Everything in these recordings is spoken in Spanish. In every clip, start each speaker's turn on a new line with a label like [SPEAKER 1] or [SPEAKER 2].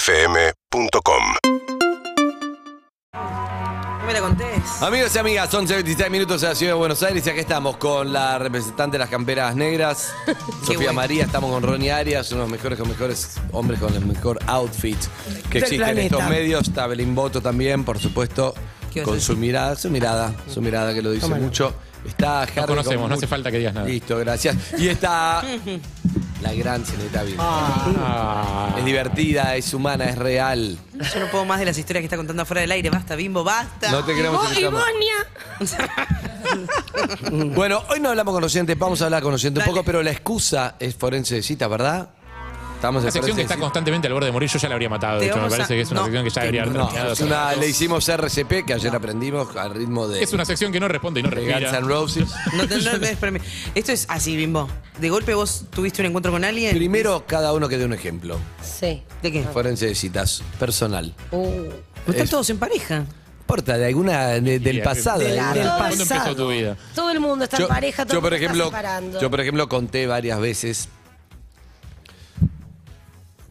[SPEAKER 1] UrbanaPlayFM.com
[SPEAKER 2] No me la contés.
[SPEAKER 3] Amigos y amigas, 11.26 minutos de la Ciudad de Buenos Aires y aquí estamos con la representante de las camperas negras, Sofía
[SPEAKER 2] bueno.
[SPEAKER 3] María, estamos con Ronnie Arias, uno de los mejores con mejores hombres con el mejor outfit que
[SPEAKER 4] Del
[SPEAKER 3] existe en
[SPEAKER 4] planeta.
[SPEAKER 3] estos medios, está Belín Boto también, por supuesto,
[SPEAKER 2] ¿Qué vas a
[SPEAKER 3] con su
[SPEAKER 2] decir?
[SPEAKER 3] mirada, su mirada, su mirada que lo dice
[SPEAKER 4] Tómalo.
[SPEAKER 3] mucho. Está Harry. con
[SPEAKER 5] conocemos,
[SPEAKER 3] mucho-
[SPEAKER 5] no hace falta que digas nada.
[SPEAKER 3] Listo, gracias. Y está la gran señorita Vilma.
[SPEAKER 5] Ah.
[SPEAKER 3] Es divertida, es humana, es real.
[SPEAKER 2] Yo no puedo más de las historias que está contando afuera del aire. Basta, Bimbo, basta.
[SPEAKER 3] No te
[SPEAKER 6] Y,
[SPEAKER 3] queremos
[SPEAKER 6] Bo-
[SPEAKER 3] en el
[SPEAKER 6] y
[SPEAKER 3] cama.
[SPEAKER 6] Bosnia.
[SPEAKER 3] Bueno, hoy no hablamos con los oyentes, vamos a hablar con los oyentes un
[SPEAKER 2] Dale.
[SPEAKER 3] poco, pero la excusa es forense de cita, ¿verdad? Estamos
[SPEAKER 5] Una
[SPEAKER 3] en
[SPEAKER 5] sección que
[SPEAKER 3] forense de
[SPEAKER 5] está
[SPEAKER 3] cita.
[SPEAKER 5] constantemente al borde de morir, yo ya la habría matado. De
[SPEAKER 2] Te
[SPEAKER 5] hecho, me
[SPEAKER 2] vamos a-
[SPEAKER 5] parece que es una
[SPEAKER 2] no,
[SPEAKER 5] sección que ya
[SPEAKER 2] te-
[SPEAKER 5] debería haber
[SPEAKER 3] No,
[SPEAKER 5] terminado.
[SPEAKER 3] es una- le hicimos RCP que ayer aprendimos al ritmo de,
[SPEAKER 5] Es una sección que no responde y no
[SPEAKER 3] de Guns
[SPEAKER 5] respira.
[SPEAKER 3] N' Roses.
[SPEAKER 2] No, te- no, no, espérame. Esto es así, Bimbo. De golpe vos tuviste un encuentro con alguien.
[SPEAKER 3] Primero, cada uno que dé un ejemplo.
[SPEAKER 6] Sí.
[SPEAKER 2] ¿De qué?
[SPEAKER 3] Forense de citas, personal.
[SPEAKER 6] Uh.
[SPEAKER 2] Pero están todos en pareja.
[SPEAKER 3] No importa, de alguna de- del
[SPEAKER 5] Sí,
[SPEAKER 3] pasado.
[SPEAKER 4] de
[SPEAKER 3] de
[SPEAKER 4] la-
[SPEAKER 3] alguna-
[SPEAKER 4] del
[SPEAKER 5] ¿Cuándo empezó
[SPEAKER 4] pasado.
[SPEAKER 5] tu vida?
[SPEAKER 6] Todo el mundo está en pareja, todo
[SPEAKER 3] yo,
[SPEAKER 6] el
[SPEAKER 3] por
[SPEAKER 6] mundo está
[SPEAKER 3] ejemplo,
[SPEAKER 6] separando.
[SPEAKER 3] yo, por ejemplo, conté varias veces.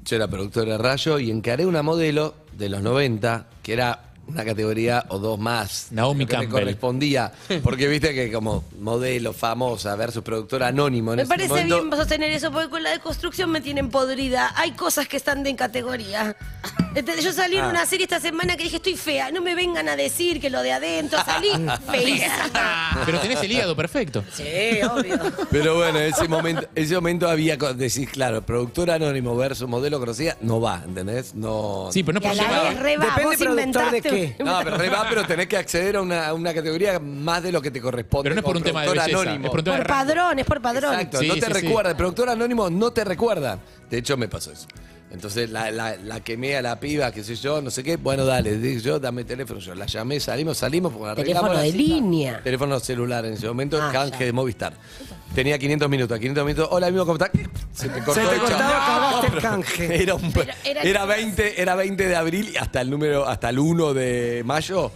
[SPEAKER 3] Yo era productora de Rayo y encaré una modelo de los 90 que era una categoría o dos más.
[SPEAKER 5] Naomi
[SPEAKER 3] lo que me
[SPEAKER 5] Campbell.
[SPEAKER 3] correspondía. Porque viste que como modelo famosa versus productor anónimo en
[SPEAKER 6] me
[SPEAKER 3] ese
[SPEAKER 6] parece
[SPEAKER 3] momento,
[SPEAKER 6] bien sostener eso porque con la deconstrucción me tienen podrida. Hay cosas que están de en categoría. Entendés, Yo
[SPEAKER 3] Ah.
[SPEAKER 6] salí en una serie esta semana que dije estoy fea. No me vengan a decir que lo de adentro salí fea.
[SPEAKER 5] Pero tenés el hígado perfecto.
[SPEAKER 6] sí, obvio.
[SPEAKER 3] Pero bueno, en ese momento, ese momento había co- decís, claro, productor anónimo versus modelo conocida, no va, ¿entendés? No.
[SPEAKER 5] Sí, pero no
[SPEAKER 6] Y a
[SPEAKER 5] por
[SPEAKER 6] la
[SPEAKER 5] llevar-
[SPEAKER 6] vez re va,
[SPEAKER 4] Depende,
[SPEAKER 6] vos
[SPEAKER 4] productor,
[SPEAKER 6] inventaste.
[SPEAKER 4] de qué.
[SPEAKER 3] No, pero re va, pero tenés que acceder a una, a una categoría más de lo que te corresponde.
[SPEAKER 5] Pero no es por
[SPEAKER 3] como
[SPEAKER 5] un tema de
[SPEAKER 3] productor
[SPEAKER 5] belleza.
[SPEAKER 3] anónimo.
[SPEAKER 5] Es por un tema de
[SPEAKER 6] Por
[SPEAKER 5] rango.
[SPEAKER 6] padrón, es por padrón.
[SPEAKER 3] Exacto,
[SPEAKER 5] Sí,
[SPEAKER 3] no te
[SPEAKER 5] sí, sí.
[SPEAKER 3] recuerda. El productor anónimo no te recuerda. De hecho, me pasó eso. Entonces la, la, la quemé a la piba, qué sé yo, no sé qué. Bueno, dale, di- yo dame el teléfono. Yo la llamé, salimos, salimos. porque arreglamos
[SPEAKER 4] Teléfono
[SPEAKER 3] la
[SPEAKER 4] de
[SPEAKER 3] cita.
[SPEAKER 4] línea.
[SPEAKER 3] Teléfono celular en ese momento,
[SPEAKER 4] Ah,
[SPEAKER 3] canje
[SPEAKER 4] ya.
[SPEAKER 3] de Movistar. Tenía 500 minutos, a 500 minutos. Hola, amigo, ¿cómo estás? Se te cortó
[SPEAKER 4] Se te
[SPEAKER 3] el
[SPEAKER 4] cortaba,
[SPEAKER 3] chabón.
[SPEAKER 4] acabaste el
[SPEAKER 3] pero
[SPEAKER 4] canje.
[SPEAKER 3] Era, un-
[SPEAKER 6] Pero era
[SPEAKER 3] era
[SPEAKER 6] que-
[SPEAKER 3] 20, era 20 de abril y hasta el número, hasta el 1 de mayo,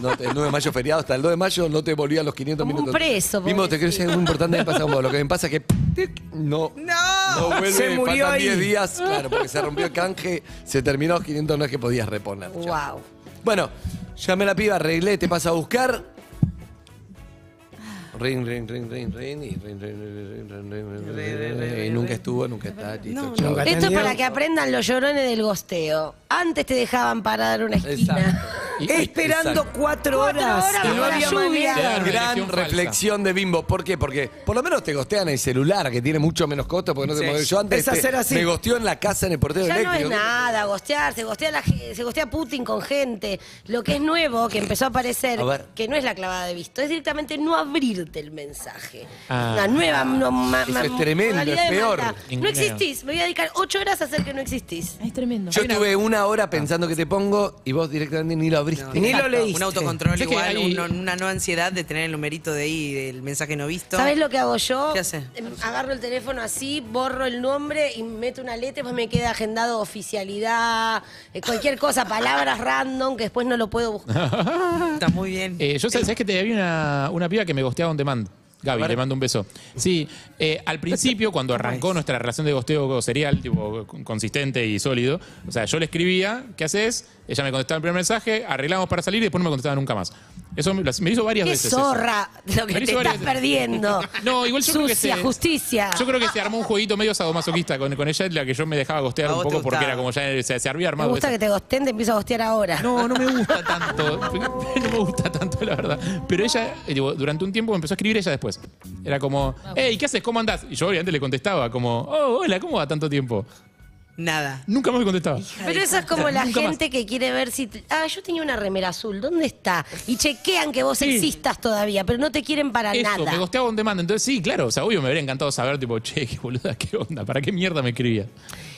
[SPEAKER 3] no te- el 9 de mayo feriado, hasta el 2 de mayo no te volvían los 500
[SPEAKER 6] Como un
[SPEAKER 3] minutos.
[SPEAKER 6] preso,
[SPEAKER 3] Mismo
[SPEAKER 6] pobre.
[SPEAKER 3] te quiero decir algo importante que pasa como lo que me pasa es que tic, no, no vuelve,
[SPEAKER 4] Se murió
[SPEAKER 3] faltan
[SPEAKER 4] ahí.
[SPEAKER 3] 10 días, claro, porque se rompió el canje, se terminó los 500 no es que podías reponer. ya.
[SPEAKER 6] Wow.
[SPEAKER 3] Bueno, llamé a la piba, arreglé, te pasa a buscar. Ring, ring, ring, ring, ring, y ring, ring, ring, ring, ring, ring, ring, ring, y nunca estuvo, nunca está, listo, chao.
[SPEAKER 4] nunca
[SPEAKER 6] Esto es
[SPEAKER 4] Atendió.
[SPEAKER 6] para que aprendan los llorones del gosteo. Antes te dejaban parar una esquina.
[SPEAKER 3] Exacto.
[SPEAKER 5] Y-
[SPEAKER 4] Esperando
[SPEAKER 3] Exacto.
[SPEAKER 4] cuatro
[SPEAKER 6] Cuatro
[SPEAKER 4] horas.
[SPEAKER 6] horas
[SPEAKER 4] y
[SPEAKER 6] con
[SPEAKER 4] no
[SPEAKER 6] la
[SPEAKER 4] había
[SPEAKER 6] lluvia.
[SPEAKER 4] manera.
[SPEAKER 5] Claro. Una
[SPEAKER 3] Gran
[SPEAKER 5] elección falsa.
[SPEAKER 3] reflexión de Bimbo. ¿Por qué? Porque por lo menos te gostean el celular, que tiene mucho menos costo porque no se
[SPEAKER 4] Sí.
[SPEAKER 3] mueve. Yo antes
[SPEAKER 4] Es hacer
[SPEAKER 3] te-
[SPEAKER 4] así.
[SPEAKER 3] me gosteó en la casa en el portero
[SPEAKER 6] Ya no es
[SPEAKER 3] eléctrico.
[SPEAKER 6] nada gostear, se gostea, la ge- se gostea Putin con gente. Lo que es nuevo, que empezó a aparecer,
[SPEAKER 3] A ver.
[SPEAKER 6] que no es la clavada de visto, es directamente no abrirte el mensaje.
[SPEAKER 5] Ah.
[SPEAKER 6] Una nueva no, ma-
[SPEAKER 3] Eso
[SPEAKER 6] ma-
[SPEAKER 3] es tremendo,
[SPEAKER 6] modalidad
[SPEAKER 3] es
[SPEAKER 6] de
[SPEAKER 3] peor.
[SPEAKER 6] maldad. No
[SPEAKER 5] Ninguneo.
[SPEAKER 6] existís, me voy a dedicar ocho horas a hacer que no existís.
[SPEAKER 7] Es tremendo.
[SPEAKER 3] Yo estuve una hora pensando que te pongo y vos directamente ni lo abriste.
[SPEAKER 4] Ni lo leíste.
[SPEAKER 2] Un autocontrol
[SPEAKER 5] Sé que
[SPEAKER 2] igual,
[SPEAKER 5] hay-
[SPEAKER 2] un- una no ansiedad de tener el numerito de ahí, del mensaje no visto.
[SPEAKER 6] ¿Sabes lo que hago yo?
[SPEAKER 2] ¿Qué hace?
[SPEAKER 6] Em, Agarro el teléfono así, borro el nombre y meto una letra, pues me queda agendado oficialidad, eh, cualquier cosa, palabras random que después no lo puedo buscar.
[SPEAKER 2] Está muy bien.
[SPEAKER 5] Eh, yo sé, sabés que te había una, una piba que me gosteaba on demand. Gaby, le mando un beso. Sí, eh, al principio, cuando arrancó nuestra relación de gosteo serial, tipo con- consistente y sólido, o sea, yo le escribía, ¿qué haces? Ella me contestaba el primer mensaje, arreglamos para salir y después no me contestaba nunca más. Eso me, lo- me hizo varias
[SPEAKER 6] ¡Qué
[SPEAKER 5] veces. eso.
[SPEAKER 6] zorra! Lo que
[SPEAKER 5] Pero
[SPEAKER 6] te
[SPEAKER 5] eso
[SPEAKER 6] estás
[SPEAKER 5] varias-
[SPEAKER 6] perdiendo.
[SPEAKER 5] No, igual yo creo que
[SPEAKER 6] Sucia,
[SPEAKER 5] se-
[SPEAKER 6] justicia.
[SPEAKER 5] Yo creo que se armó un jueguito medio sadomasoquista con, con ella, en la que yo me dejaba gostear
[SPEAKER 2] A
[SPEAKER 5] un
[SPEAKER 2] vos
[SPEAKER 5] poco
[SPEAKER 2] te
[SPEAKER 5] porque
[SPEAKER 2] gustaba.
[SPEAKER 5] era como ya se, se había
[SPEAKER 6] Me
[SPEAKER 5] armado.
[SPEAKER 6] gusta
[SPEAKER 5] esa-
[SPEAKER 6] que te gosten, te empiezo a gostear ahora.
[SPEAKER 5] No, no me gusta tanto. No me gusta tanto, la verdad. Pero ella, eh, digo, durante un tiempo me empezó a escribir ella después. Era como, hey, ¿qué haces? ¿Cómo andás? Y yo obviamente le contestaba, como, oh, hola, ¿cómo va tanto tiempo?
[SPEAKER 2] Nada.
[SPEAKER 5] Nunca más me contestaba.
[SPEAKER 6] Pero eso es como la
[SPEAKER 5] Nunca más.
[SPEAKER 6] gente que quiere ver si... t- Ah, yo tenía una remera azul, ¿dónde está? Y chequean que vos
[SPEAKER 5] Sí.
[SPEAKER 6] existas todavía, pero no te quieren para
[SPEAKER 5] Eso,
[SPEAKER 6] nada.
[SPEAKER 5] me gosteaba on demand. Entonces, sí, claro, o sea, obvio me habría encantado saber, tipo, che, qué boluda, qué onda, ¿para qué mierda me escribía?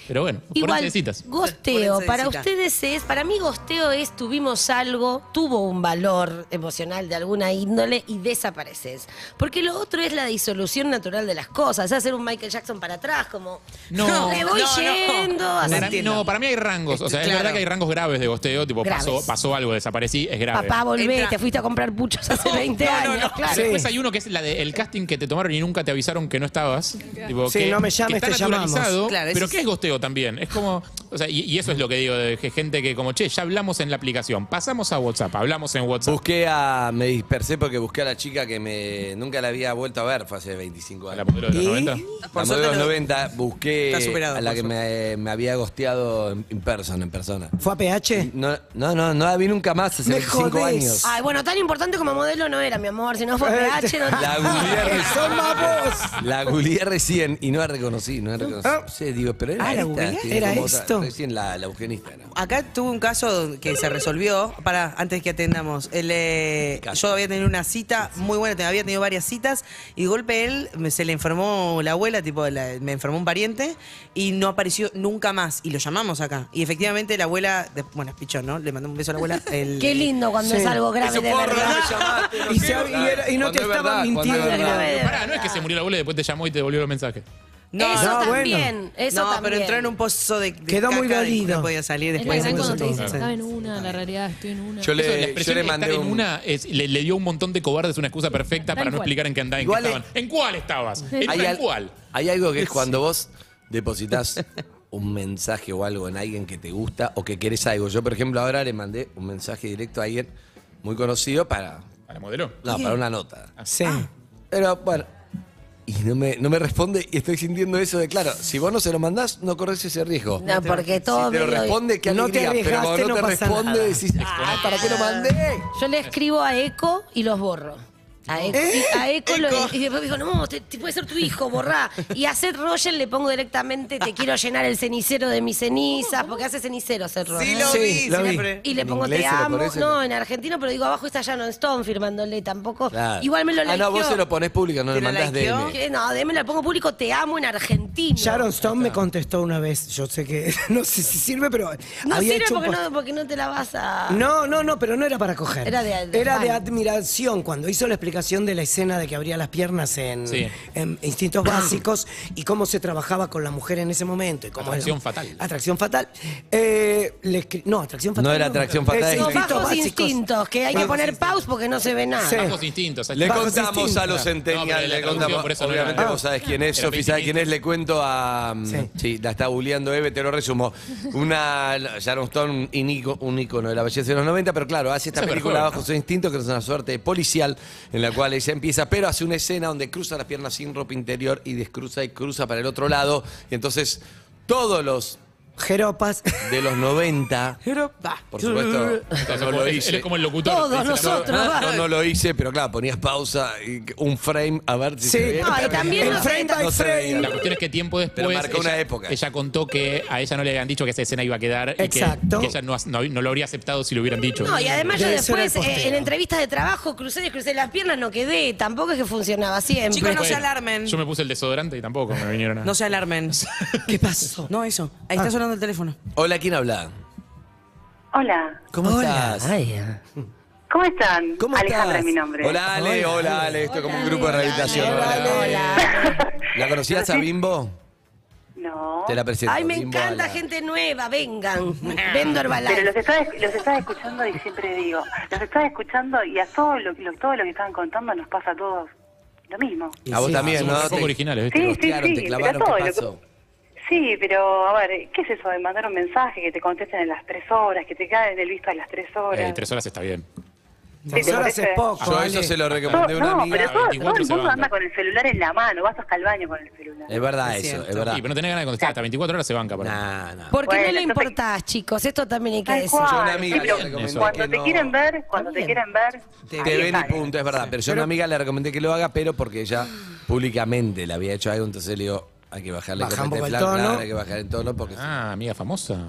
[SPEAKER 5] Pero bueno, por ahí
[SPEAKER 6] Igual,
[SPEAKER 5] te citas.
[SPEAKER 6] gosteo,
[SPEAKER 2] Ponerse de
[SPEAKER 6] para
[SPEAKER 2] cita.
[SPEAKER 6] ustedes es, para mí gosteo es tuvimos algo, tuvo un valor emocional de alguna índole y desapareces. Porque lo otro es la disolución natural de las cosas, hacer un Michael Jackson para atrás, como
[SPEAKER 5] No.
[SPEAKER 6] me voy
[SPEAKER 2] No, no.
[SPEAKER 6] yendo, así.
[SPEAKER 5] Para mí,
[SPEAKER 2] entiendo.
[SPEAKER 5] no, para mí hay rangos. O sea, es
[SPEAKER 2] Claro.
[SPEAKER 5] verdad que hay rangos graves de gosteo, tipo, pasó,
[SPEAKER 6] Graves.
[SPEAKER 5] pasó algo, desaparecí, es grave.
[SPEAKER 6] Papá, volvé,
[SPEAKER 2] Entra-
[SPEAKER 6] te fuiste a comprar puchos hace 20
[SPEAKER 2] no, no,
[SPEAKER 6] años.
[SPEAKER 2] no.
[SPEAKER 6] Claro.
[SPEAKER 4] Sí.
[SPEAKER 5] Después hay uno que es la del casting que te tomaron y nunca te avisaron que no estabas. Tipo,
[SPEAKER 4] Sí,
[SPEAKER 5] que,
[SPEAKER 4] no me llames,
[SPEAKER 5] que está
[SPEAKER 4] te llamamos.
[SPEAKER 5] naturalizado,
[SPEAKER 2] Claro, ese
[SPEAKER 5] pero
[SPEAKER 2] es-
[SPEAKER 5] que es gosteo también. Es como, O sea, y, y eso es lo que digo, de que gente que como, che, ya hablamos en la aplicación, pasamos a WhatsApp, hablamos en WhatsApp.
[SPEAKER 3] Busqué a. Me dispersé porque busqué a la chica que me nunca la había vuelto a ver, fue hace 25
[SPEAKER 5] ¿La
[SPEAKER 3] años.
[SPEAKER 5] modelo de los
[SPEAKER 2] ¿Y?
[SPEAKER 5] 90?
[SPEAKER 3] La
[SPEAKER 2] Por
[SPEAKER 3] modelo de los
[SPEAKER 2] suerte no-
[SPEAKER 3] 90, busqué
[SPEAKER 2] Está superado,
[SPEAKER 3] a la
[SPEAKER 2] por
[SPEAKER 3] que me, me había gosteado en, en persona, en persona.
[SPEAKER 4] ¿Fue a PH?
[SPEAKER 3] No, no, no, no la vi nunca más hace
[SPEAKER 4] Me
[SPEAKER 3] 25
[SPEAKER 4] jodés.
[SPEAKER 3] años.
[SPEAKER 6] Ay, bueno, tan importante como modelo no era, mi amor. Si no fue PH, no
[SPEAKER 3] La googleé
[SPEAKER 4] ¡Son babos!
[SPEAKER 3] recién. La googleé recién y no la reconocí, no la reconocí.
[SPEAKER 4] Ah.
[SPEAKER 3] Sí, digo, pero era
[SPEAKER 4] Ah, la
[SPEAKER 3] esta,
[SPEAKER 4] googleé,
[SPEAKER 3] tiene
[SPEAKER 4] era
[SPEAKER 3] como otra-
[SPEAKER 4] esto.
[SPEAKER 3] Recién la, la busqué en Instagram.
[SPEAKER 2] Acá tuve un caso que se resolvió, para antes que atendamos, el, eh,
[SPEAKER 3] Caso.
[SPEAKER 2] yo había tenido una cita muy buena, te- había tenido varias citas y de golpe él me- se le enfermó la abuela, tipo la- me enfermó un pariente y no apareció nunca más y lo llamamos acá y efectivamente la abuela, de- bueno, es pichón, ¿no? Le mandó un beso a la abuela. El,
[SPEAKER 6] Qué lindo cuando es algo grave de verdad.
[SPEAKER 4] Y se- y era- y no te estaban mintiendo.
[SPEAKER 6] Grave de
[SPEAKER 5] Pará, no es que se murió la abuela y después te llamó y te devolvió los mensajes.
[SPEAKER 6] Eso
[SPEAKER 4] No, bueno.
[SPEAKER 6] también, eso
[SPEAKER 2] no,
[SPEAKER 6] también.
[SPEAKER 2] pero entró en un pozo de, de
[SPEAKER 4] Quedó muy
[SPEAKER 2] caca y
[SPEAKER 4] dolido.
[SPEAKER 2] No podía salir
[SPEAKER 7] Es
[SPEAKER 2] después.
[SPEAKER 7] verdad cuando te dicen,
[SPEAKER 2] Sí.
[SPEAKER 7] estaba en una, la realidad, estoy en una.
[SPEAKER 3] Yo
[SPEAKER 5] Eso, la
[SPEAKER 3] le, yo
[SPEAKER 5] expresión
[SPEAKER 3] le
[SPEAKER 5] estar
[SPEAKER 3] mandé
[SPEAKER 5] en
[SPEAKER 3] un-
[SPEAKER 5] una es- le, le dio un montón de cobardes una excusa perfecta para
[SPEAKER 7] en
[SPEAKER 5] no
[SPEAKER 7] cuál.
[SPEAKER 5] explicar en qué andaban, en qué
[SPEAKER 3] Igual es-
[SPEAKER 5] estaban. ¿En cuál estabas? ¿En,
[SPEAKER 3] hay,
[SPEAKER 5] una, en
[SPEAKER 3] al-
[SPEAKER 5] cuál?
[SPEAKER 3] hay algo que es cuando vos depositas un mensaje o algo en alguien que te gusta o que querés algo. Yo, por ejemplo, ahora le mandé un mensaje directo a alguien muy conocido para,
[SPEAKER 5] ¿A Ah, la modelo?
[SPEAKER 3] no, para una nota.
[SPEAKER 6] Ah.
[SPEAKER 4] Sí.
[SPEAKER 3] Pero bueno, y no me, no me responde y estoy sintiendo eso de, claro, si vos no se lo mandás, no corres ese riesgo.
[SPEAKER 6] No, porque todo
[SPEAKER 3] Si te lo
[SPEAKER 6] medio-
[SPEAKER 3] responde, que
[SPEAKER 4] No
[SPEAKER 3] no
[SPEAKER 4] te
[SPEAKER 3] pero cuando no te
[SPEAKER 4] arriesgaste, no pasa
[SPEAKER 3] responde,
[SPEAKER 4] nada.
[SPEAKER 3] decís, "Ah, ¿para qué lo mandé?
[SPEAKER 6] Yo le escribo a Eco y los borro. A Eco, y, a Eco lo- y después me dijo, no, te, te puede ser tu hijo, borrá. Y a Seth Rogen le pongo directamente, te quiero llenar el cenicero de mis cenizas, porque hace cenicero Seth Rogen.
[SPEAKER 2] Sí, lo
[SPEAKER 4] Sí,
[SPEAKER 2] vi,
[SPEAKER 4] lo vi.
[SPEAKER 2] siempre.
[SPEAKER 6] Y le
[SPEAKER 3] ¿En
[SPEAKER 6] pongo
[SPEAKER 3] inglés
[SPEAKER 6] te
[SPEAKER 3] se lo
[SPEAKER 6] amo.
[SPEAKER 3] pones en-
[SPEAKER 6] No, en argentino, pero digo, abajo está Shannon Stone firmándole tampoco.
[SPEAKER 3] Claro.
[SPEAKER 6] Igual me lo
[SPEAKER 3] Ah, no, vos
[SPEAKER 6] likeó.
[SPEAKER 3] se lo ponés público, no
[SPEAKER 2] ¿Te
[SPEAKER 3] le
[SPEAKER 2] lo
[SPEAKER 3] mandás
[SPEAKER 2] likeó?
[SPEAKER 3] DM.
[SPEAKER 6] Que No, déme lo pongo público, te amo en argentino.
[SPEAKER 4] Sharon Stone me contestó una vez, yo sé que no sé si sirve, pero
[SPEAKER 6] no
[SPEAKER 4] había
[SPEAKER 6] sirve
[SPEAKER 4] hecho un
[SPEAKER 6] porque
[SPEAKER 4] post-
[SPEAKER 6] no, porque no te la vas a...
[SPEAKER 4] No, no, no, pero no era para coger.
[SPEAKER 6] Era de- de
[SPEAKER 4] Era de
[SPEAKER 6] fan.
[SPEAKER 4] admiración. Cuando hizo la explicación de la escena de que abría las piernas en,
[SPEAKER 5] Sí.
[SPEAKER 4] en Instintos Básicos y cómo se trabajaba con la mujer en ese momento. Y cómo era-
[SPEAKER 5] Atracción fatal.
[SPEAKER 4] Atracción fatal. Eh, le escri- no, atracción fatal.
[SPEAKER 3] No era atracción fatal.
[SPEAKER 4] Es
[SPEAKER 6] No,
[SPEAKER 4] Instintos
[SPEAKER 6] bajos
[SPEAKER 4] Básicos.
[SPEAKER 6] instintos, que hay que poner pause porque no se ve nada.
[SPEAKER 4] Sí.
[SPEAKER 5] Bajos instintos. ahí
[SPEAKER 3] Le
[SPEAKER 5] está.
[SPEAKER 4] Bajos
[SPEAKER 3] contamos
[SPEAKER 4] instintos.
[SPEAKER 3] a los
[SPEAKER 5] No, pero
[SPEAKER 3] centeniales,
[SPEAKER 5] la
[SPEAKER 3] le
[SPEAKER 5] traducción
[SPEAKER 3] contamos.
[SPEAKER 5] por eso no
[SPEAKER 3] obviamente
[SPEAKER 5] era-
[SPEAKER 3] vos sabés quién es,
[SPEAKER 5] Pero
[SPEAKER 3] Sofi sabe quién es, le cuento a. mm,
[SPEAKER 4] Sí.
[SPEAKER 3] Sí, la está bulleando Eve, te lo resumo. Una Sharon Stone, un ico- un ícono de la belleza de los 90, pero claro, hace esta
[SPEAKER 5] Esa es
[SPEAKER 3] película
[SPEAKER 5] mejor.
[SPEAKER 3] bajo su instinto, que es una suerte policial, en la cual ella empieza, pero hace una escena donde cruza las piernas sin ropa interior y descruza y cruza para el otro lado. Y entonces, todos los
[SPEAKER 4] Jeropas.
[SPEAKER 3] de los 90.
[SPEAKER 2] Jeropa.
[SPEAKER 3] Por supuesto, no lo
[SPEAKER 5] Él es- él
[SPEAKER 3] hice.
[SPEAKER 5] es como el locutor.
[SPEAKER 6] Todos
[SPEAKER 5] Dice la
[SPEAKER 6] nosotros.
[SPEAKER 5] palabra.
[SPEAKER 6] va.
[SPEAKER 3] No, no lo hice, pero claro, ponías pausa y un frame a ver si
[SPEAKER 4] Sí.
[SPEAKER 3] se veía.
[SPEAKER 6] No, y también
[SPEAKER 4] en
[SPEAKER 6] no
[SPEAKER 4] frame
[SPEAKER 6] se-
[SPEAKER 4] by
[SPEAKER 3] No se veía.
[SPEAKER 4] frame.
[SPEAKER 5] La cuestión es que tiempo después.
[SPEAKER 3] Pero marcó una época.
[SPEAKER 5] Ella contó que a ella no le habían dicho que esa escena iba a quedar. y que-
[SPEAKER 4] Exacto.
[SPEAKER 5] que, ella no, no- no lo habría aceptado si lo hubieran dicho.
[SPEAKER 6] No, y además yo
[SPEAKER 4] Debe ser el
[SPEAKER 6] después eh,
[SPEAKER 4] posteo.
[SPEAKER 6] en entrevistas de trabajo crucé, descrucé las piernas, no quedé. Tampoco es que funcionaba siempre.
[SPEAKER 2] Chicos, no
[SPEAKER 5] Bueno,
[SPEAKER 2] se alarmen.
[SPEAKER 5] Yo me puse el desodorante y tampoco me vinieron a.
[SPEAKER 2] No se alarmen.
[SPEAKER 4] ¿Qué pasó? Ah.
[SPEAKER 2] No, eso. Ahí está sonando el teléfono.
[SPEAKER 3] Hola, ¿quién habla?
[SPEAKER 8] Hola,
[SPEAKER 3] ¿Cómo
[SPEAKER 4] Hola. eh.
[SPEAKER 3] estás?
[SPEAKER 8] ¿cómo están?
[SPEAKER 3] ¿Cómo
[SPEAKER 8] Alejandra
[SPEAKER 3] estás?
[SPEAKER 8] es mi nombre.
[SPEAKER 3] Hola, Ale, hola, Ale. Esto es como un grupo de rehabilitación.
[SPEAKER 6] Hola,
[SPEAKER 3] Hola,
[SPEAKER 6] hola,
[SPEAKER 3] Ale. ¿La conocías a Bimbo?
[SPEAKER 8] No,
[SPEAKER 3] Te la presento.
[SPEAKER 6] Ay, me
[SPEAKER 3] Bimbo
[SPEAKER 6] encanta
[SPEAKER 3] Ale.
[SPEAKER 6] gente nueva, vengan. Vendo
[SPEAKER 8] pero los
[SPEAKER 6] Herbalife.
[SPEAKER 8] estaba, los estaba escuchando y siempre digo, los estaba escuchando y a todo lo, lo- todo lo que estaban contando nos pasa a todos lo mismo.
[SPEAKER 3] A vos también,
[SPEAKER 5] Somos
[SPEAKER 3] ¿no?
[SPEAKER 5] un poco
[SPEAKER 3] Te,
[SPEAKER 5] originales, ¿viste? Eh,
[SPEAKER 8] Sí,
[SPEAKER 3] te
[SPEAKER 8] sí,
[SPEAKER 3] hostiaron,
[SPEAKER 8] sí,
[SPEAKER 3] te
[SPEAKER 8] pero
[SPEAKER 3] clavaron,
[SPEAKER 8] todo
[SPEAKER 3] ¿qué
[SPEAKER 8] lo que-
[SPEAKER 3] pasó?
[SPEAKER 8] Sí, pero a ver, ¿qué es eso de mandar un mensaje que te contesten en las tres horas, que te caen el visto a las tres horas?
[SPEAKER 5] Ey, tres horas está bien.
[SPEAKER 4] Tres horas es poco.
[SPEAKER 3] Yo
[SPEAKER 4] Ale.
[SPEAKER 3] eso se lo
[SPEAKER 8] Todo-
[SPEAKER 3] recomendé a una
[SPEAKER 8] no,
[SPEAKER 3] amiga.
[SPEAKER 8] pero todo,
[SPEAKER 5] 24
[SPEAKER 8] todo el
[SPEAKER 5] se
[SPEAKER 8] mundo
[SPEAKER 5] banca.
[SPEAKER 8] anda con el celular en la mano, vas hasta el baño con el celular.
[SPEAKER 3] Es verdad
[SPEAKER 2] Es
[SPEAKER 3] eso,
[SPEAKER 2] cierto.
[SPEAKER 3] es verdad.
[SPEAKER 5] Sí, pero no tenés ganas de contestar. Hasta 24 horas se banca. para mí.
[SPEAKER 3] Nah, nah.
[SPEAKER 6] Porque no
[SPEAKER 8] Bueno,
[SPEAKER 6] le
[SPEAKER 8] entonces-
[SPEAKER 6] importás, chicos. Esto también hay que
[SPEAKER 8] Tal
[SPEAKER 6] decir.
[SPEAKER 8] cual.
[SPEAKER 3] Yo a una amiga le
[SPEAKER 8] Sí, pero
[SPEAKER 3] recomendé
[SPEAKER 8] cuando
[SPEAKER 3] que
[SPEAKER 8] te
[SPEAKER 3] no-
[SPEAKER 8] quieren ver, cuando te quieren ver,
[SPEAKER 2] Te
[SPEAKER 8] ahí
[SPEAKER 3] Te ven y
[SPEAKER 8] están.
[SPEAKER 4] eh.
[SPEAKER 3] punto, es verdad. Pero yo a una amiga le recomendé que lo haga, pero porque ella públicamente le había hecho algo, entonces le digo, hay que bajarle
[SPEAKER 4] Baja
[SPEAKER 3] con
[SPEAKER 4] un
[SPEAKER 3] este
[SPEAKER 4] poco el
[SPEAKER 3] plan,
[SPEAKER 4] tono.
[SPEAKER 3] claro, hay que bajar el tono porque...
[SPEAKER 5] Ah, amiga famosa.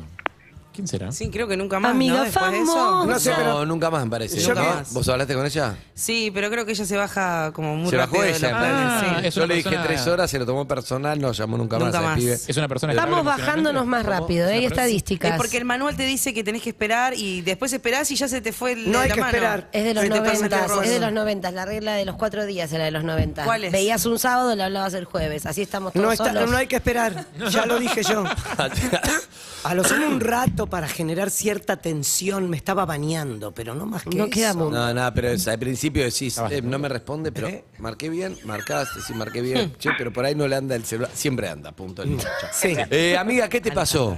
[SPEAKER 5] ¿Quién será?
[SPEAKER 2] Sí, creo que nunca más.
[SPEAKER 6] Amiga
[SPEAKER 2] ¿no? Después de eso.
[SPEAKER 6] famosa.
[SPEAKER 4] No sé,
[SPEAKER 3] no,
[SPEAKER 4] pero-
[SPEAKER 3] nunca más me parece.
[SPEAKER 2] Yo
[SPEAKER 3] ¿Nunca
[SPEAKER 2] que-
[SPEAKER 3] más? ¿Vos hablaste con ella?
[SPEAKER 2] Sí, pero creo que ella se baja como muy
[SPEAKER 3] Se bajó
[SPEAKER 2] rápido de
[SPEAKER 3] ella,
[SPEAKER 2] la
[SPEAKER 5] claro.
[SPEAKER 2] plana,
[SPEAKER 5] Ah,
[SPEAKER 2] sí.
[SPEAKER 5] es
[SPEAKER 3] Yo
[SPEAKER 5] una
[SPEAKER 3] le dije
[SPEAKER 5] persona-
[SPEAKER 3] tres horas, se lo tomó personal, no llamó nunca,
[SPEAKER 2] Nunca
[SPEAKER 3] más,
[SPEAKER 2] más.
[SPEAKER 3] al pibe.
[SPEAKER 5] Es una persona
[SPEAKER 6] Estamos
[SPEAKER 5] estable
[SPEAKER 6] bajándonos más rápido, ¿eh? Hay
[SPEAKER 2] Es
[SPEAKER 6] estadísticas.
[SPEAKER 2] porque el manual te dice que tenés que esperar y después esperás y ya se te fue el,
[SPEAKER 4] No hay
[SPEAKER 2] la
[SPEAKER 4] que
[SPEAKER 2] mano.
[SPEAKER 4] esperar.
[SPEAKER 6] Es de los
[SPEAKER 2] Se te pasa el
[SPEAKER 6] 90,
[SPEAKER 2] error.
[SPEAKER 6] es de los 90, la regla de los cuatro días era de los 90.
[SPEAKER 2] ¿Cuál es?
[SPEAKER 6] Veías un sábado, lo hablabas el jueves, así estamos todos
[SPEAKER 4] No, está-
[SPEAKER 6] solos.
[SPEAKER 4] no hay que esperar, ya lo dije yo. A lo sumo un rato para generar cierta tensión, me estaba bañando, pero no más que
[SPEAKER 6] No
[SPEAKER 4] eso.
[SPEAKER 6] queda mucho.
[SPEAKER 3] No, no, pero es- al principio decís,
[SPEAKER 5] Está
[SPEAKER 3] eh, no me responde, pero marqué bien, marcás, decís, marqué bien.
[SPEAKER 5] Mm.
[SPEAKER 3] Che, pero por ahí no le anda el celular. Siempre anda, punto. listo, chao.
[SPEAKER 4] Sí.
[SPEAKER 3] Eh, amiga, ¿qué te pasó?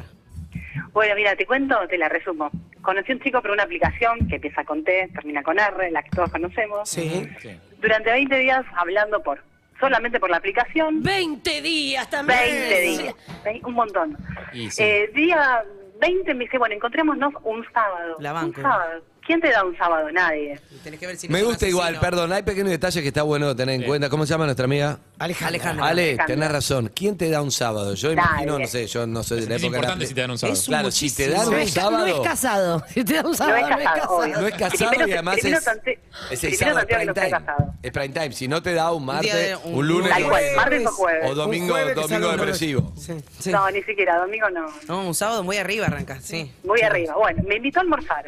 [SPEAKER 8] Bueno, mira, te cuento, te la resumo. Conocí a un chico por una aplicación que empieza con T, termina con R, la que todos conocemos.
[SPEAKER 4] Sí.
[SPEAKER 5] Sí.
[SPEAKER 8] Durante 20 días hablando por, solamente por la aplicación.
[SPEAKER 6] 20 días también.
[SPEAKER 8] 20 días, Ve- un montón.
[SPEAKER 5] Y sí.
[SPEAKER 8] Eh, día 20 me dice, bueno, encontrémonos un sábado.
[SPEAKER 2] La banco.
[SPEAKER 8] Un sábado. ¿Quién te da un sábado? Nadie.
[SPEAKER 2] Tenés que ver si no
[SPEAKER 3] Me
[SPEAKER 2] es un
[SPEAKER 3] gusta igual,
[SPEAKER 2] asesino.
[SPEAKER 3] perdón, hay pequeños detalles que está bueno tener en cuenta. ¿Cómo se llama nuestra amiga?
[SPEAKER 4] Alejandro.
[SPEAKER 3] Ale,
[SPEAKER 8] Alejandra.
[SPEAKER 3] tenés razón. ¿Quién te da un sábado? Yo imagino,
[SPEAKER 8] Nadie.
[SPEAKER 3] no sé, yo no soy de la
[SPEAKER 5] Es
[SPEAKER 3] época. de la
[SPEAKER 5] importante
[SPEAKER 3] Play.
[SPEAKER 5] si te dan un sábado.
[SPEAKER 3] Es Claro, si te dan
[SPEAKER 6] No
[SPEAKER 3] un
[SPEAKER 6] es, ca- no es
[SPEAKER 3] sábado.
[SPEAKER 6] casado. Si te da un
[SPEAKER 8] No
[SPEAKER 6] sábado,
[SPEAKER 8] es casado, obvio.
[SPEAKER 3] No es casado
[SPEAKER 8] Primero
[SPEAKER 3] y
[SPEAKER 8] se-
[SPEAKER 3] además
[SPEAKER 8] primero
[SPEAKER 3] es,
[SPEAKER 8] tante-
[SPEAKER 3] es el
[SPEAKER 8] primero
[SPEAKER 3] sábado es
[SPEAKER 8] tanteo que
[SPEAKER 3] prime
[SPEAKER 8] no sea
[SPEAKER 3] time.
[SPEAKER 8] casado.
[SPEAKER 3] Es prime time. Si no te da un martes,
[SPEAKER 2] de-
[SPEAKER 3] un,
[SPEAKER 2] un
[SPEAKER 3] lunes
[SPEAKER 8] Tal cual,
[SPEAKER 3] o-
[SPEAKER 8] martes o jueves.
[SPEAKER 3] o domingo,
[SPEAKER 4] Un jueves es
[SPEAKER 3] domingo
[SPEAKER 4] algo
[SPEAKER 3] depresivo.
[SPEAKER 4] Sí.
[SPEAKER 2] Sí.
[SPEAKER 8] No, ni siquiera, domingo no.
[SPEAKER 2] No, un sábado muy arriba arranca, sí.
[SPEAKER 8] Voy arriba. Bueno, me invitó a almorzar.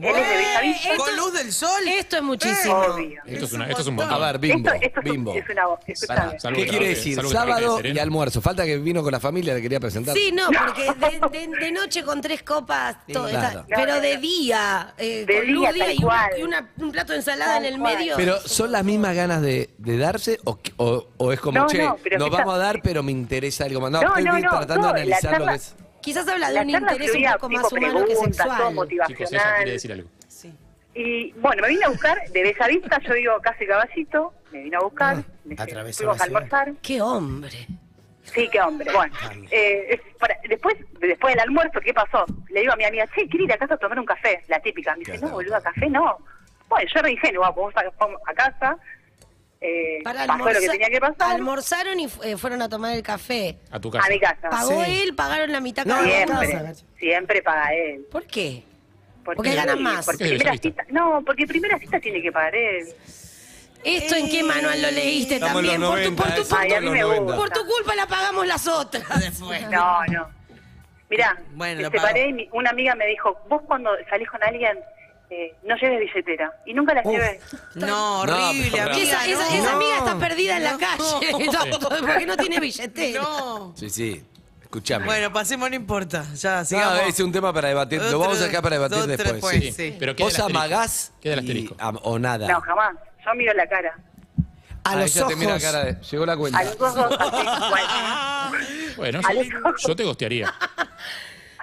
[SPEAKER 8] Él es de Villa Vista.
[SPEAKER 2] Con luz del sol.
[SPEAKER 6] Esto es muchísimo.
[SPEAKER 8] Obvio.
[SPEAKER 5] Esto es, una- esto es un montón.
[SPEAKER 3] A ver, bimbo.
[SPEAKER 8] Esto- esto es un-
[SPEAKER 3] bimbo.
[SPEAKER 8] es una voz, escúchame.
[SPEAKER 3] Pará,
[SPEAKER 5] Salvo
[SPEAKER 3] ¿Qué
[SPEAKER 5] que
[SPEAKER 3] quiere
[SPEAKER 5] trabaje-
[SPEAKER 3] decir?
[SPEAKER 5] salvo que trabaje de
[SPEAKER 3] Sábado y
[SPEAKER 5] sereno.
[SPEAKER 3] almuerzo. Falta que vino con la familia, le quería presentar.
[SPEAKER 6] Sí, no, porque de, de- de noche con tres copas, todo está-
[SPEAKER 3] claro.
[SPEAKER 6] pero de día, eh,
[SPEAKER 8] De
[SPEAKER 6] con
[SPEAKER 8] día,
[SPEAKER 6] luz,
[SPEAKER 8] tal
[SPEAKER 6] y, una-
[SPEAKER 8] cual.
[SPEAKER 6] y una- un plato de ensalada
[SPEAKER 8] Tal
[SPEAKER 6] en el
[SPEAKER 8] cual.
[SPEAKER 6] medio.
[SPEAKER 3] Pero son las mismas ganas de, de darse o, que- o, o es como,
[SPEAKER 8] No,
[SPEAKER 3] che,
[SPEAKER 8] no, pero
[SPEAKER 3] nos
[SPEAKER 8] que
[SPEAKER 3] vamos a
[SPEAKER 8] está-
[SPEAKER 3] dar, pero me interesa algo más. No,
[SPEAKER 8] No,
[SPEAKER 3] estoy
[SPEAKER 8] no, no,
[SPEAKER 3] tratando
[SPEAKER 8] todo,
[SPEAKER 3] de
[SPEAKER 8] la
[SPEAKER 3] analizar lo
[SPEAKER 8] charla-
[SPEAKER 3] que es.
[SPEAKER 6] Quizás habla de
[SPEAKER 8] La
[SPEAKER 6] un
[SPEAKER 8] charla
[SPEAKER 6] interés un
[SPEAKER 8] fluía,
[SPEAKER 6] poco
[SPEAKER 8] tipo
[SPEAKER 6] más humano que
[SPEAKER 8] preguntas, todo
[SPEAKER 6] sexual.
[SPEAKER 5] Chicos, ella
[SPEAKER 8] motivacional.
[SPEAKER 5] quiere decir algo.
[SPEAKER 8] Y bueno, me vino a buscar de Bellavista, yo digo casi caballito, me vino a buscar,
[SPEAKER 4] Ah,
[SPEAKER 8] me
[SPEAKER 4] atravesó
[SPEAKER 8] fuimos
[SPEAKER 4] la
[SPEAKER 8] a
[SPEAKER 4] ciudad.
[SPEAKER 8] almorzar.
[SPEAKER 6] ¡Qué hombre!
[SPEAKER 8] Sí, qué hombre. Bueno, eh, es para- después, después del almuerzo, ¿qué pasó? Le digo a mi amiga, che, quiero ir a casa a tomar un café, la típica. Me dice,
[SPEAKER 3] Claro.
[SPEAKER 8] no, boluda, café no. Bueno, yo era ingenua, vamos a, vamos a casa, eh,
[SPEAKER 6] Para
[SPEAKER 8] pasó lo que
[SPEAKER 6] almorzar-
[SPEAKER 8] tenía que pasar,
[SPEAKER 6] Almorzaron y eh, fueron a tomar el café.
[SPEAKER 5] A tu casa.
[SPEAKER 8] a mi casa.
[SPEAKER 6] Pagó
[SPEAKER 4] Sí.
[SPEAKER 6] él, pagaron la mitad
[SPEAKER 4] No,
[SPEAKER 6] cada uno.
[SPEAKER 4] a mi
[SPEAKER 8] siempre,
[SPEAKER 4] casa, Nacho.
[SPEAKER 8] siempre paga él.
[SPEAKER 6] ¿Por qué?
[SPEAKER 8] Porque,
[SPEAKER 6] Porque ganan más.
[SPEAKER 8] porque
[SPEAKER 5] Es de
[SPEAKER 8] primera
[SPEAKER 5] Bellavista.
[SPEAKER 8] cita, no, porque primera cita tiene que pagar él.
[SPEAKER 6] ¿Esto en qué manual lo leíste
[SPEAKER 3] Eh, Estamos en
[SPEAKER 6] también?
[SPEAKER 3] los
[SPEAKER 6] Por tu-
[SPEAKER 3] 90,
[SPEAKER 6] por, tu,
[SPEAKER 3] eso,
[SPEAKER 8] Ay, a mí
[SPEAKER 3] los
[SPEAKER 8] me
[SPEAKER 3] 90.
[SPEAKER 8] gusta.
[SPEAKER 6] por tu culpa la pagamos las otras.
[SPEAKER 8] No, no. Mirá,
[SPEAKER 2] Bueno,
[SPEAKER 8] me
[SPEAKER 2] la
[SPEAKER 8] separé
[SPEAKER 2] pagó.
[SPEAKER 8] y mi- una amiga me dijo, vos cuando salís con alguien, eh, no lleves billetera. Y nunca la lleves.
[SPEAKER 2] No,
[SPEAKER 3] No,
[SPEAKER 2] horrible,
[SPEAKER 3] pero-
[SPEAKER 2] amiga.
[SPEAKER 6] Esa, esa-
[SPEAKER 2] no.
[SPEAKER 6] esa amiga
[SPEAKER 4] No.
[SPEAKER 6] está perdida en la
[SPEAKER 2] No.
[SPEAKER 6] calle. No, porque no tiene billetera.
[SPEAKER 2] No.
[SPEAKER 3] Sí, sí. Escuchame.
[SPEAKER 2] Bueno, pasemos, no importa. Ya,
[SPEAKER 3] No,
[SPEAKER 2] sigamos.
[SPEAKER 3] es un tema para debatir.
[SPEAKER 2] Otro-
[SPEAKER 3] lo vamos a dejar para debatir
[SPEAKER 2] otro
[SPEAKER 3] después.
[SPEAKER 2] después,
[SPEAKER 3] sí.
[SPEAKER 2] sí.
[SPEAKER 5] Pero queda
[SPEAKER 3] ¿Vos
[SPEAKER 5] el asterisco.
[SPEAKER 3] amagás
[SPEAKER 5] Queda el
[SPEAKER 3] y-
[SPEAKER 5] asterisco.
[SPEAKER 3] am- o nada?
[SPEAKER 8] No, jamás. Yo miro la cara.
[SPEAKER 4] A
[SPEAKER 3] Ah,
[SPEAKER 4] los
[SPEAKER 3] ella te mira
[SPEAKER 4] ojos.
[SPEAKER 3] cara de- Llegó la cuenta.
[SPEAKER 8] A los dos, dos, así, igual.
[SPEAKER 5] Bueno,
[SPEAKER 8] Al-
[SPEAKER 5] yo, yo te gostearía.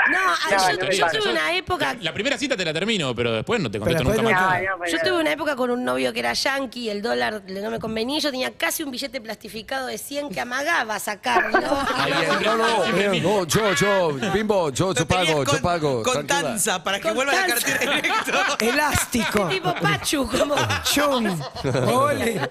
[SPEAKER 6] No,
[SPEAKER 8] No,
[SPEAKER 6] yo,
[SPEAKER 8] no
[SPEAKER 5] Te
[SPEAKER 8] me
[SPEAKER 6] yo
[SPEAKER 5] gostearía.
[SPEAKER 8] pasa.
[SPEAKER 6] tuve una época.
[SPEAKER 5] La primera cita te la termino, pero después no te contesto
[SPEAKER 4] después
[SPEAKER 5] nunca
[SPEAKER 4] no.
[SPEAKER 5] más.
[SPEAKER 8] No,
[SPEAKER 5] nada.
[SPEAKER 8] no, pero-
[SPEAKER 6] Yo tuve una época con un novio que era yanqui, el dólar no me convenía, y yo tenía casi un billete plastificado de 100 que amagaba sacarlo.
[SPEAKER 3] Ahí,
[SPEAKER 5] Ay,
[SPEAKER 3] eh, No, no, eh, no, yo, yo, bimbo, yo,
[SPEAKER 2] Lo
[SPEAKER 3] yo
[SPEAKER 2] tenías
[SPEAKER 3] pago, yo
[SPEAKER 2] con-
[SPEAKER 3] pago.
[SPEAKER 2] Con
[SPEAKER 3] tranquila.
[SPEAKER 2] tanza, para que
[SPEAKER 6] Con
[SPEAKER 2] vuelva a la
[SPEAKER 6] tanza.
[SPEAKER 2] cartera directo.
[SPEAKER 4] Elástico.
[SPEAKER 6] tipo Pachu, como
[SPEAKER 4] Chum. Ole.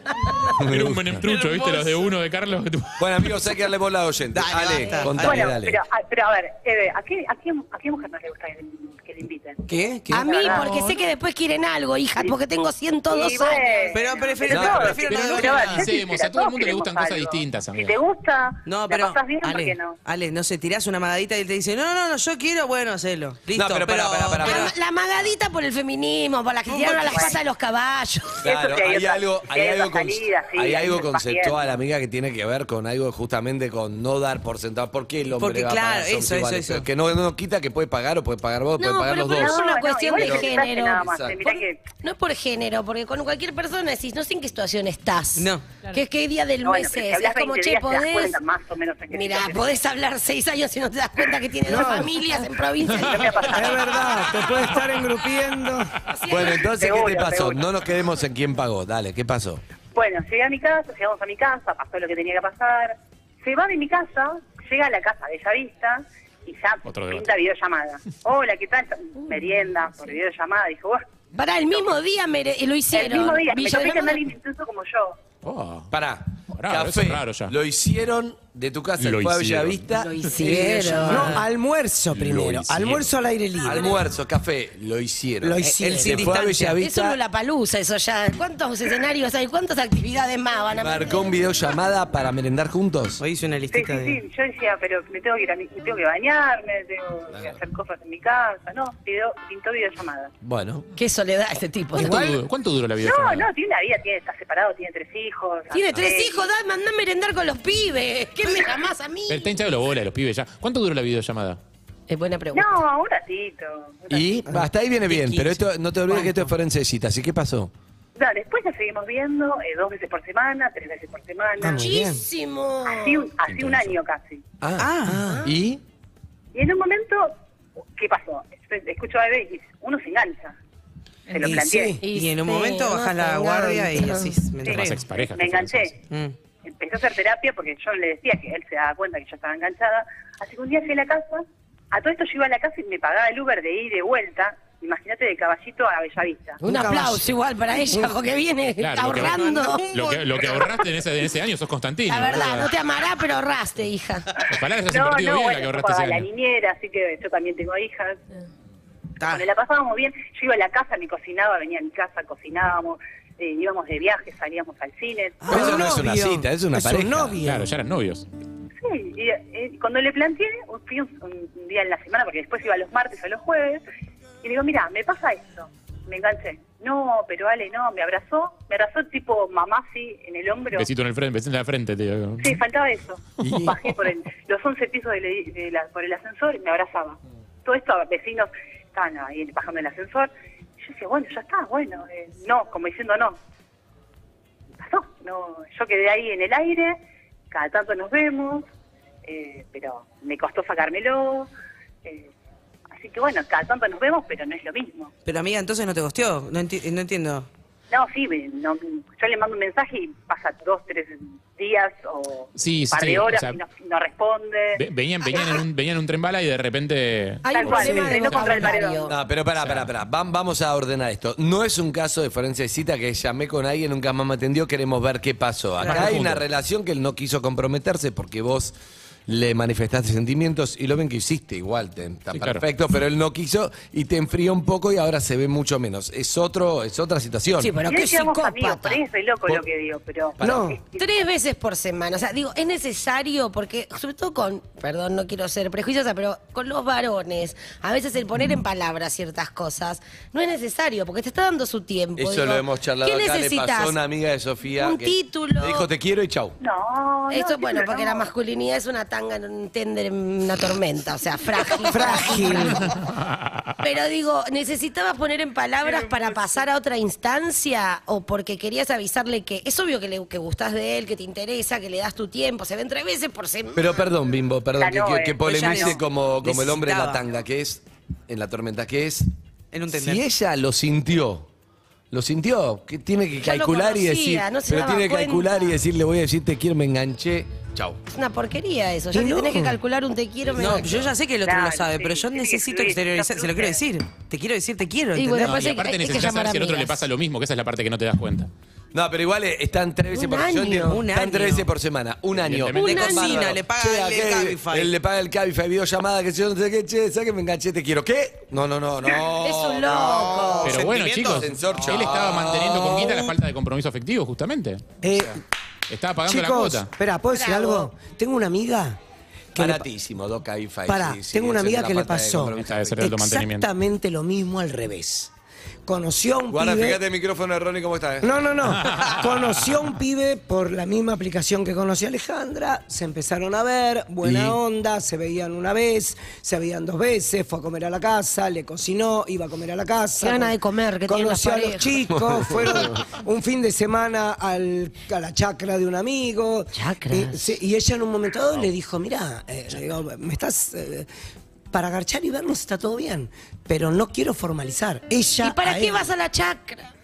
[SPEAKER 5] Era un menemtrucho, ¿viste? Los de uno de Carlos. que tú-
[SPEAKER 3] Bueno, amigos, hay que darle bola a oyente.
[SPEAKER 2] Dale,
[SPEAKER 3] Ale,
[SPEAKER 2] basta.
[SPEAKER 3] contale,
[SPEAKER 8] Bueno,
[SPEAKER 3] dale.
[SPEAKER 8] pero, a- pero a ver, Eve, ¿a qué, a, qué, ¿a qué mujer no le gusta que le, que le inviten?
[SPEAKER 2] ¿Qué?
[SPEAKER 6] a mí, porque sé que después quieren algo, hija, porque tengo 102
[SPEAKER 8] Y
[SPEAKER 6] años.
[SPEAKER 8] bueno,
[SPEAKER 2] Pero prefiero-
[SPEAKER 8] todos
[SPEAKER 2] prefiero
[SPEAKER 8] queremos-
[SPEAKER 2] no
[SPEAKER 8] pero ver,
[SPEAKER 2] generalizar.
[SPEAKER 8] yo te digo,
[SPEAKER 5] Hacemos, a todo el mundo le
[SPEAKER 8] todos
[SPEAKER 5] gustan
[SPEAKER 8] queremos
[SPEAKER 5] cosas distintas,
[SPEAKER 8] Si
[SPEAKER 5] amiga.
[SPEAKER 8] te gusta,
[SPEAKER 2] No, pero.
[SPEAKER 8] la pasás bien, ¿por
[SPEAKER 2] Ale,
[SPEAKER 8] qué no?
[SPEAKER 2] Ale, no sé, tirás una magadita y él te dice, no, no, no, yo quiero, bueno, hacelo. Listo,
[SPEAKER 3] pero
[SPEAKER 2] pero.
[SPEAKER 3] pará, pará, pará,
[SPEAKER 6] La,
[SPEAKER 3] pará.
[SPEAKER 6] la magadito por el feminismo, por la que tiraron a las patas de los caballos.
[SPEAKER 3] Claro,
[SPEAKER 8] Eso sí, hay
[SPEAKER 3] hay,
[SPEAKER 8] otra-
[SPEAKER 3] algo,
[SPEAKER 8] sí,
[SPEAKER 3] hay,
[SPEAKER 8] hay
[SPEAKER 3] algo,
[SPEAKER 8] otra
[SPEAKER 3] con-
[SPEAKER 8] salida, sí,
[SPEAKER 3] hay
[SPEAKER 8] hay
[SPEAKER 3] algo
[SPEAKER 8] otras
[SPEAKER 3] conceptual,
[SPEAKER 8] variantes.
[SPEAKER 3] amiga, que tiene que ver con algo justamente con no dar por sentado. ¿Por qué el hombre
[SPEAKER 2] Porque,
[SPEAKER 3] va a
[SPEAKER 2] claro,
[SPEAKER 3] pagar? Somos
[SPEAKER 2] eso, eso,
[SPEAKER 3] iguales,
[SPEAKER 2] eso.
[SPEAKER 3] pero Que no, no quita que puede pagar o puede pagar vos, puede
[SPEAKER 6] No,
[SPEAKER 3] pagar
[SPEAKER 6] pero
[SPEAKER 3] los
[SPEAKER 6] por
[SPEAKER 3] dos.
[SPEAKER 6] eso una cuestión
[SPEAKER 8] igual
[SPEAKER 6] de
[SPEAKER 8] es que te traje
[SPEAKER 6] género.
[SPEAKER 8] Nada más. eh, Mirá
[SPEAKER 6] Por-
[SPEAKER 8] que
[SPEAKER 6] No es por género, porque con cualquier persona decís, no sé en qué situación estás.
[SPEAKER 2] No.
[SPEAKER 6] Que es qué día del
[SPEAKER 8] No, ah, bueno,
[SPEAKER 6] mes
[SPEAKER 8] pero si
[SPEAKER 6] es.
[SPEAKER 8] hablas
[SPEAKER 6] Es como,
[SPEAKER 8] 20
[SPEAKER 6] che,
[SPEAKER 8] días te das
[SPEAKER 6] podés.
[SPEAKER 8] cuenta más o menos en qué
[SPEAKER 6] Mira,
[SPEAKER 8] situación
[SPEAKER 6] podés hablar seis años y no te das cuenta que tiene dos familias en provincia.
[SPEAKER 8] No me ha
[SPEAKER 4] Es
[SPEAKER 8] pasado.
[SPEAKER 4] verdad, te puede estar engrupiendo.
[SPEAKER 3] Bueno, entonces, ¿qué te
[SPEAKER 8] Seguro,
[SPEAKER 3] pasó?
[SPEAKER 8] seguro.
[SPEAKER 3] No nos quedemos en quién pagó. Dale, ¿qué pasó?
[SPEAKER 8] Bueno, llegué a mi casa, llegamos a mi casa, pasó lo que tenía que pasar. Se va de mi casa, llega a la casa de Bellavista y ya
[SPEAKER 5] Otro debate.
[SPEAKER 8] pinta videollamada. Hola, ¿qué tal?
[SPEAKER 6] Uh,
[SPEAKER 8] Merienda por videollamada. Dijo, bueno,
[SPEAKER 6] Para el mismo día me, lo hicieron.
[SPEAKER 8] el mismo día, me
[SPEAKER 6] Villa
[SPEAKER 8] topé
[SPEAKER 6] de
[SPEAKER 8] con
[SPEAKER 6] Mano-
[SPEAKER 8] alguien incluso como yo.
[SPEAKER 5] Oh.
[SPEAKER 3] Pará,
[SPEAKER 5] Pará, eso
[SPEAKER 3] café.
[SPEAKER 5] es raro ya.
[SPEAKER 3] Lo hicieron de tu casa,
[SPEAKER 5] Lo
[SPEAKER 3] fue a
[SPEAKER 5] hicieron.
[SPEAKER 3] Bellavista. Eh,
[SPEAKER 6] Lo hicieron.
[SPEAKER 4] No,
[SPEAKER 3] Ah.
[SPEAKER 4] almuerzo primero.
[SPEAKER 5] hicieron.
[SPEAKER 4] Almuerzo al aire libre.
[SPEAKER 3] Almuerzo, café, lo hicieron. Eh,
[SPEAKER 4] Lo hicieron.
[SPEAKER 3] Se
[SPEAKER 2] sin
[SPEAKER 3] fue a
[SPEAKER 2] distancia.
[SPEAKER 6] Eso no
[SPEAKER 3] Bellavista.
[SPEAKER 6] la palusa, eso ya. ¿Cuántos escenarios hay? ¿Cuántas actividades más van a
[SPEAKER 3] Marcó un videollamada para merendar juntos.
[SPEAKER 2] Hoy hice una
[SPEAKER 8] Sí,
[SPEAKER 2] listita
[SPEAKER 8] sí,
[SPEAKER 2] de.
[SPEAKER 8] sí. Yo decía, pero me tengo que ir a mi- me tengo que bañarme, tengo que hacer cosas en mi casa. No, video, pintó videollamada.
[SPEAKER 3] Bueno.
[SPEAKER 6] Qué soledad este tipo.
[SPEAKER 5] ¿Cuánto, duró, cuánto duró la vida?
[SPEAKER 8] No, no, tiene una vida, tiene, está separado, tiene tres hijos. Eh,
[SPEAKER 6] Tiene
[SPEAKER 8] hace-
[SPEAKER 6] tres hijos, da, mandá a merendar con los pibes. ¿Qué me llamás a mí?
[SPEAKER 5] Está hinchado los bola, los pibes ya. ¿Cuánto duró la videollamada?
[SPEAKER 6] Es buena pregunta.
[SPEAKER 8] No, un ratito. un
[SPEAKER 3] Y hasta ahí viene bien, pero esto no te olvides que esto es forense cita, así que pasó.
[SPEAKER 8] No, después la seguimos viendo eh, dos veces por semana, tres veces por
[SPEAKER 6] Ah,
[SPEAKER 8] semana.
[SPEAKER 4] Vamos. bien.
[SPEAKER 6] Muchísimo.
[SPEAKER 8] Así, un, así un año casi.
[SPEAKER 3] Ah, y
[SPEAKER 8] Y en un momento que escucho a bebé y uno se engancha. Se lo
[SPEAKER 2] Y
[SPEAKER 8] planteé.
[SPEAKER 2] sí, y en un momento bajás la guardia y decís, me
[SPEAKER 5] Las
[SPEAKER 8] Sí.
[SPEAKER 2] enteré.
[SPEAKER 5] exparejas.
[SPEAKER 8] Me
[SPEAKER 5] que hacen esas
[SPEAKER 8] enganché.
[SPEAKER 5] cosas.
[SPEAKER 2] Mm.
[SPEAKER 8] Empecé a hacer terapia porque yo le decía que él se daba cuenta que yo estaba enganchada. Así que un día fui a la casa. A todo esto yo iba a la casa y me pagaba el Uber de ida y de vuelta. Imagínate de caballito a Bellavista.
[SPEAKER 6] Un,
[SPEAKER 4] caballo.
[SPEAKER 6] aplauso igual para ella, porque viene
[SPEAKER 5] Claro,
[SPEAKER 6] está
[SPEAKER 5] lo que-
[SPEAKER 6] ahorrando.
[SPEAKER 5] Lo que, lo que ahorraste en ese, en ese año sos Constantino.
[SPEAKER 6] La verdad, no te amará, pero ahorraste, hija.
[SPEAKER 5] Ojalá les hayas
[SPEAKER 8] No,
[SPEAKER 5] invertido
[SPEAKER 8] no,
[SPEAKER 5] bien la
[SPEAKER 8] bueno,
[SPEAKER 5] que
[SPEAKER 8] yo
[SPEAKER 5] ahorraste
[SPEAKER 8] pagaba
[SPEAKER 5] ese
[SPEAKER 8] la
[SPEAKER 5] año.
[SPEAKER 8] niñera, así que yo también tengo hijas.
[SPEAKER 2] Ta.
[SPEAKER 8] Bueno, la pasábamos bien. Yo iba a la casa, me cocinaba, venía a mi casa, cocinábamos, eh, íbamos de viaje, salíamos al cine.
[SPEAKER 4] Ah.
[SPEAKER 3] Pero eso no es una
[SPEAKER 4] novio.
[SPEAKER 3] cita, es una
[SPEAKER 4] es
[SPEAKER 3] pareja.
[SPEAKER 4] Un novio.
[SPEAKER 5] Claro, ya eran novios.
[SPEAKER 8] Sí, y, eh, cuando le planteé, un- fui un, un día en la semana, porque después iba los martes o los jueves, y le digo, mira, me pasa esto, me enganché. No, pero Ale, no, me abrazó, me abrazó tipo mamá, sí, en el hombro.
[SPEAKER 5] Besito en el frente, besito en la frente, tío.
[SPEAKER 8] Sí, faltaba eso. Bajé por el, los 11 pisos del edi- de la- por el ascensor y me abrazaba. Todo esto, vecinos estaban ahí bajando el ascensor. Yo decía, bueno, ya está, bueno. eh, no, como diciendo no. Pasó. No, yo quedé ahí en el aire, cada tanto nos vemos, eh, pero me costó sacármelo. eh, así que bueno, cada tanto nos vemos, pero no es lo mismo.
[SPEAKER 2] Pero amiga, entonces no te gosteó. No, enti- no entiendo.
[SPEAKER 8] No, sí, me- no, yo le mando un mensaje y pasa dos, tres días o
[SPEAKER 5] Sí, sí,
[SPEAKER 8] un par
[SPEAKER 5] sí,
[SPEAKER 8] de
[SPEAKER 5] o
[SPEAKER 8] horas
[SPEAKER 5] sea,
[SPEAKER 8] y no, no responde.
[SPEAKER 5] Ve- Venían, venían, en un, venían en un tren bala y de repente.
[SPEAKER 6] Hay
[SPEAKER 8] Tal
[SPEAKER 6] un
[SPEAKER 8] cual,
[SPEAKER 6] problema de
[SPEAKER 8] no contra el
[SPEAKER 6] vocabulario.
[SPEAKER 8] paredón.
[SPEAKER 3] No, pero pará, pará, pará. Vam- vamos a ordenar esto. No es un caso de forense de cita que llamé con alguien, nunca más me atendió, queremos ver qué pasó. Acá
[SPEAKER 5] Claro.
[SPEAKER 3] hay una relación que él no quiso comprometerse porque vos le manifestaste sentimientos y lo ven que hiciste igual, te- está
[SPEAKER 5] Sí, claro.
[SPEAKER 3] perfecto, pero él no quiso y te enfrió un poco y ahora se ve mucho menos. Es otro, es otra situación.
[SPEAKER 4] Sí, pero
[SPEAKER 8] Y
[SPEAKER 4] qué
[SPEAKER 8] ahí quedamos amigos,
[SPEAKER 4] psicópata.
[SPEAKER 8] por ahí es re loco
[SPEAKER 3] Por-
[SPEAKER 8] lo que digo, pero...
[SPEAKER 4] No.
[SPEAKER 6] Tres veces por semana. O sea, digo, es necesario porque, sobre todo con, perdón, no quiero ser prejuiciosa, pero con los varones, a veces el poner en palabras ciertas cosas no es necesario porque te está dando su tiempo.
[SPEAKER 3] Eso
[SPEAKER 6] Digo,
[SPEAKER 3] lo hemos charlado
[SPEAKER 6] ¿Qué
[SPEAKER 3] acá, le
[SPEAKER 6] necesitas?
[SPEAKER 3] pasó a una amiga de Sofía.
[SPEAKER 6] Un
[SPEAKER 3] que
[SPEAKER 6] título.
[SPEAKER 3] Le dijo te quiero y chau.
[SPEAKER 8] No, no,
[SPEAKER 6] Eso,
[SPEAKER 8] siempre
[SPEAKER 6] bueno, porque
[SPEAKER 8] no.
[SPEAKER 6] la masculinidad es una tanga en un tender, en una tormenta, o sea, frágil.
[SPEAKER 4] Frágil.
[SPEAKER 6] Pero digo, ¿necesitabas poner en palabras para pasar a otra instancia o porque querías avisarle que es obvio que le que gustás de él, que te interesa, que le das tu tiempo? Se ven tres veces por semana.
[SPEAKER 3] Pero perdón, Bimbo, perdón,
[SPEAKER 8] La
[SPEAKER 3] que,
[SPEAKER 8] Noe,
[SPEAKER 3] que- que
[SPEAKER 2] pues ya
[SPEAKER 3] polemice
[SPEAKER 2] no.
[SPEAKER 3] como, como el hombre en la
[SPEAKER 2] Necesitaba.
[SPEAKER 3] tanga, que es, en la tormenta, que es.
[SPEAKER 2] En un tender.
[SPEAKER 3] si ella lo sintió, lo sintió, que tiene que
[SPEAKER 6] Ya lo
[SPEAKER 3] calcular y
[SPEAKER 6] conocía,
[SPEAKER 3] decir.
[SPEAKER 6] no se
[SPEAKER 3] pero
[SPEAKER 6] daba
[SPEAKER 3] tiene que
[SPEAKER 6] cuenta.
[SPEAKER 3] calcular y decir, le voy a decir te quiero, me enganché, chau.
[SPEAKER 6] Es una porquería eso. Ya
[SPEAKER 4] Y
[SPEAKER 6] te
[SPEAKER 4] no.
[SPEAKER 6] tenés que calcular un te quiero. me
[SPEAKER 2] No,
[SPEAKER 6] voy.
[SPEAKER 2] yo ya sé que el otro
[SPEAKER 8] Claro,
[SPEAKER 2] lo sabe,
[SPEAKER 8] sí,
[SPEAKER 2] pero yo
[SPEAKER 8] tiene que
[SPEAKER 2] necesito
[SPEAKER 8] fluir,
[SPEAKER 2] exteriorizar.
[SPEAKER 8] no
[SPEAKER 2] Se lo quiero
[SPEAKER 8] fluye.
[SPEAKER 2] decir. Te quiero decir, te quiero.
[SPEAKER 6] Y
[SPEAKER 2] ¿entendés?
[SPEAKER 6] bueno,
[SPEAKER 5] No,
[SPEAKER 6] Después
[SPEAKER 5] y
[SPEAKER 6] hay-
[SPEAKER 5] aparte
[SPEAKER 6] hay que
[SPEAKER 5] necesitas
[SPEAKER 6] llamar
[SPEAKER 5] saber si al otro le
[SPEAKER 6] amigas.
[SPEAKER 5] pasa lo mismo, que esa es la parte que no te das cuenta.
[SPEAKER 3] No, pero igual eh, están tres veces
[SPEAKER 6] Un
[SPEAKER 3] por semana.
[SPEAKER 6] año.
[SPEAKER 2] Un
[SPEAKER 3] Están tres
[SPEAKER 2] año.
[SPEAKER 3] veces por semana. Un año.
[SPEAKER 5] Evidentemente.
[SPEAKER 6] Un
[SPEAKER 3] Con bárbaro.
[SPEAKER 6] año.
[SPEAKER 2] Cocina, le paga el
[SPEAKER 3] aquel,
[SPEAKER 2] Cabify.
[SPEAKER 3] Él le paga el Cabify, videollamada, que yo no sé qué, che, ¿sabes que me enganché? Te quiero. ¿Qué? No, no, no, no.
[SPEAKER 6] Es
[SPEAKER 3] no.
[SPEAKER 6] un loco.
[SPEAKER 5] Pero bueno,
[SPEAKER 3] Sentimientos,
[SPEAKER 5] chicos,
[SPEAKER 3] sensor, chau.
[SPEAKER 5] él estaba manteniendo con guita la falta de compromiso afectivo, justamente.
[SPEAKER 4] Eh,
[SPEAKER 5] Estaba pagando la
[SPEAKER 4] chicos,
[SPEAKER 5] cuota.
[SPEAKER 4] espera, ¿puedo decir
[SPEAKER 6] Bravo.
[SPEAKER 4] algo? Tengo una amiga que le-
[SPEAKER 3] Baratísimo, dos Cabify.
[SPEAKER 4] Pará,
[SPEAKER 3] sí, sí,
[SPEAKER 4] tengo una
[SPEAKER 3] esa
[SPEAKER 4] amiga
[SPEAKER 3] es la
[SPEAKER 4] que le
[SPEAKER 3] falta de
[SPEAKER 4] pasó
[SPEAKER 3] compromiso.
[SPEAKER 5] Esa debe ser de alto mantenimiento.
[SPEAKER 4] exactamente lo mismo al revés. Conoció a un
[SPEAKER 3] Guarda,
[SPEAKER 4] pibe...
[SPEAKER 3] fíjate el micrófono de Ronnie cómo está. eh.
[SPEAKER 4] No, no, no. Conoció a un pibe por la misma aplicación que conoció a Alejandra. Se empezaron a ver, buena
[SPEAKER 3] ¿Y?
[SPEAKER 4] onda, se veían una vez, se veían dos veces, fue a comer a la casa, le cocinó, iba a comer a la casa.
[SPEAKER 6] Qué gana de comer que tienen las
[SPEAKER 4] Conoció a los
[SPEAKER 6] parejas.
[SPEAKER 4] chicos, fueron un fin de semana al- a la chacra de un amigo.
[SPEAKER 6] Chacras.
[SPEAKER 4] Eh, sí, y ella en un momento dado le dijo, mira, me estás... eh, para garchar y vernos está todo bien, pero no quiero formalizar. Ella
[SPEAKER 6] ¿Y para
[SPEAKER 4] a
[SPEAKER 6] qué
[SPEAKER 4] él.
[SPEAKER 6] vas a la chacra?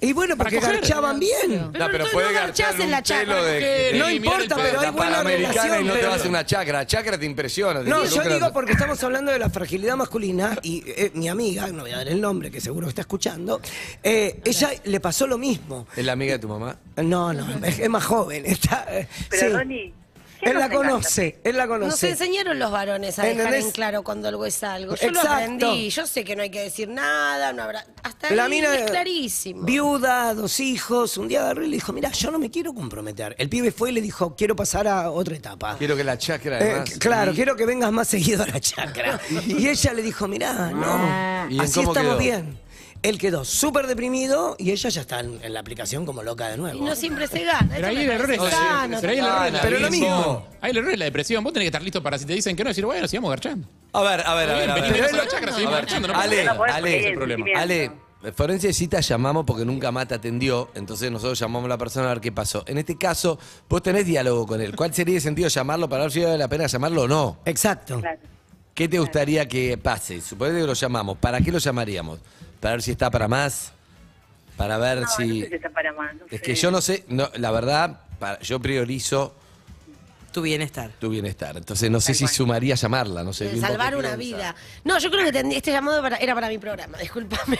[SPEAKER 4] Y bueno, porque
[SPEAKER 5] coger.
[SPEAKER 4] garchaban bien.
[SPEAKER 6] Pero
[SPEAKER 3] No, pero
[SPEAKER 6] entonces
[SPEAKER 3] puede
[SPEAKER 6] no garchás
[SPEAKER 3] garchar
[SPEAKER 6] en
[SPEAKER 3] un
[SPEAKER 6] la chacra.
[SPEAKER 3] pelo de-
[SPEAKER 4] Eh, No
[SPEAKER 5] Sí,
[SPEAKER 4] importa,
[SPEAKER 5] mira el
[SPEAKER 4] pero hay
[SPEAKER 5] pelo.
[SPEAKER 4] buena
[SPEAKER 3] Panamericana
[SPEAKER 4] relación.
[SPEAKER 3] y no te
[SPEAKER 4] pero-
[SPEAKER 3] vas a hacer una chacra. Chacra te impresiona. te
[SPEAKER 4] No, yo
[SPEAKER 3] involucra-
[SPEAKER 4] digo porque estamos hablando de la fragilidad masculina y eh, mi amiga, no voy a dar el nombre, que seguro está escuchando, eh, ella le pasó lo mismo.
[SPEAKER 3] ¿Es la amiga de tu mamá?
[SPEAKER 4] No, no, es, es más joven. Está, eh,
[SPEAKER 8] Pero
[SPEAKER 4] sí.
[SPEAKER 8] Ronnie, ¿quién
[SPEAKER 4] Él la
[SPEAKER 8] nos engancha?
[SPEAKER 4] conoce, él la
[SPEAKER 6] Nos
[SPEAKER 4] conoce.
[SPEAKER 6] enseñaron los varones a dejar
[SPEAKER 4] ¿Entendés?
[SPEAKER 6] en claro cuando algo es algo. Yo lo
[SPEAKER 4] Exacto.
[SPEAKER 6] aprendí. Yo sé que no hay que decir nada, no habrá. Hasta
[SPEAKER 4] La
[SPEAKER 6] ahí
[SPEAKER 4] mina
[SPEAKER 6] es clarísimo.
[SPEAKER 4] Viuda, dos hijos, un día agarró y le dijo, mira, yo no me quiero comprometer. El pibe fue y le dijo, quiero pasar a otra etapa.
[SPEAKER 3] Quiero que la chacra,
[SPEAKER 4] Eh,
[SPEAKER 3] además.
[SPEAKER 4] c- claro, quiero que vengas más seguido a la chacra. y ella le dijo, mirá, no,
[SPEAKER 3] Ah. ¿Y en
[SPEAKER 4] así
[SPEAKER 3] cómo
[SPEAKER 4] estamos
[SPEAKER 3] quedó?
[SPEAKER 4] bien. Él quedó súper deprimido y ella ya está en, en la aplicación como loca de nuevo.
[SPEAKER 6] Y no siempre se gana.
[SPEAKER 5] Pero
[SPEAKER 6] Eso
[SPEAKER 5] ahí
[SPEAKER 6] me
[SPEAKER 5] el error es
[SPEAKER 6] parece
[SPEAKER 5] la
[SPEAKER 6] sano.
[SPEAKER 5] pero ahí el error es la
[SPEAKER 4] Pero lo
[SPEAKER 5] depresión.
[SPEAKER 4] mismo.
[SPEAKER 5] Ahí el error es la depresión. Vos tenés que estar listo para si te dicen que no, decir, bueno, sigamos garchando.
[SPEAKER 3] A ver, a ver, a ver.
[SPEAKER 5] Bien,
[SPEAKER 3] a ver.
[SPEAKER 5] venimos
[SPEAKER 3] Pero
[SPEAKER 5] a la
[SPEAKER 3] él-
[SPEAKER 5] chacra,
[SPEAKER 3] a
[SPEAKER 5] seguimos
[SPEAKER 3] ver,
[SPEAKER 5] marchando, no pasa
[SPEAKER 3] Ale,
[SPEAKER 5] nada.
[SPEAKER 8] No podés
[SPEAKER 3] Ale,
[SPEAKER 8] porque
[SPEAKER 5] el problema.
[SPEAKER 8] sentimiento.
[SPEAKER 3] Ale, Florencia de Cita llamamos porque nunca más te atendió, entonces nosotros llamamos a la persona a ver qué pasó. En este caso, vos tenés diálogo con él. ¿Cuál sería el sentido de llamarlo para ver si vale la pena llamarlo o no?
[SPEAKER 4] Exacto.
[SPEAKER 8] Claro.
[SPEAKER 3] ¿Qué te gustaría que pase? Suponete que lo llamamos. ¿Para qué lo llamaríamos? ¿Para ver si está para más? ¿Para ver
[SPEAKER 8] No,
[SPEAKER 3] si...?
[SPEAKER 8] no sé si está para más, no
[SPEAKER 3] es
[SPEAKER 8] sé.
[SPEAKER 3] que yo no sé, no, la verdad, para- yo priorizo
[SPEAKER 2] Tu bienestar.
[SPEAKER 3] tu bienestar. Entonces no sé si sumaría llamarla, no sé.
[SPEAKER 6] De
[SPEAKER 3] bien vos qué
[SPEAKER 6] salvar una
[SPEAKER 3] pensás.
[SPEAKER 6] vida. No, yo creo que tendría- este llamado para- era para mi programa, discúlpame.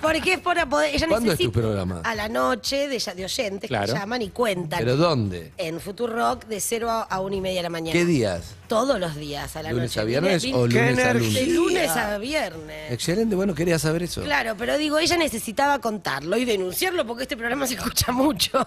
[SPEAKER 6] Porque es para poder. Ella
[SPEAKER 3] ¿Cuándo es tu
[SPEAKER 6] necesita
[SPEAKER 3] programa?
[SPEAKER 6] A la noche de, de oyentes
[SPEAKER 5] Claro.
[SPEAKER 6] que llaman y cuentan.
[SPEAKER 3] ¿Pero dónde?
[SPEAKER 6] en Futurock de 0 a, a 1 y media de la mañana.
[SPEAKER 3] ¿Qué días?
[SPEAKER 6] Todos los días a la
[SPEAKER 3] ¿Lunes
[SPEAKER 6] noche.
[SPEAKER 3] a viernes
[SPEAKER 6] Vine-
[SPEAKER 3] o
[SPEAKER 6] vine
[SPEAKER 3] lunes a
[SPEAKER 4] energía!
[SPEAKER 6] De
[SPEAKER 3] lunes?
[SPEAKER 6] lunes a viernes.
[SPEAKER 3] Excelente, bueno, quería saber eso.
[SPEAKER 6] Claro, pero digo, ella necesitaba contarlo y denunciarlo porque este programa se escucha mucho.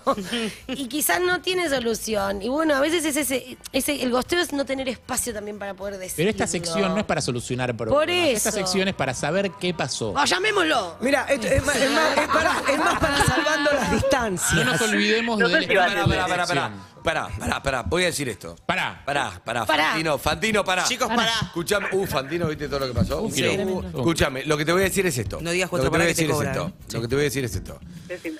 [SPEAKER 6] y quizás no tiene solución. Y bueno, a veces es ese, ese- el gosteo es no tener espacio también para poder decir.
[SPEAKER 5] Pero esta sección no es para solucionar problemas.
[SPEAKER 6] Por eso. Ah,
[SPEAKER 5] Esta sección es para saber qué pasó.
[SPEAKER 6] llamémoslo.
[SPEAKER 4] Mira, esto es más, es más- es para, es más para salvando las
[SPEAKER 5] No
[SPEAKER 3] Ah,
[SPEAKER 4] distancias.
[SPEAKER 5] nos olvidemos
[SPEAKER 8] No sé
[SPEAKER 5] del
[SPEAKER 8] si va a
[SPEAKER 5] espacio de
[SPEAKER 3] Pará, pará, pará,
[SPEAKER 5] elección.
[SPEAKER 3] pará, pará, pará, voy a decir esto.
[SPEAKER 5] Pará.
[SPEAKER 3] Pará, pará,
[SPEAKER 6] Pará.
[SPEAKER 3] Fantino, Fantino, pará.
[SPEAKER 2] Chicos, pará.
[SPEAKER 3] Escuchame, uh, Fantino, ¿viste todo lo que pasó? Un
[SPEAKER 5] Sí.
[SPEAKER 3] quilombo.
[SPEAKER 5] Tremendo.
[SPEAKER 3] Escúchame, lo que te voy a decir es esto.
[SPEAKER 2] No digas
[SPEAKER 3] Lo
[SPEAKER 2] cuatro
[SPEAKER 3] que te voy a
[SPEAKER 2] palabras que
[SPEAKER 3] decir
[SPEAKER 2] te
[SPEAKER 3] es
[SPEAKER 2] cobran.
[SPEAKER 3] esto. Lo que te voy a decir es esto.
[SPEAKER 8] Decime.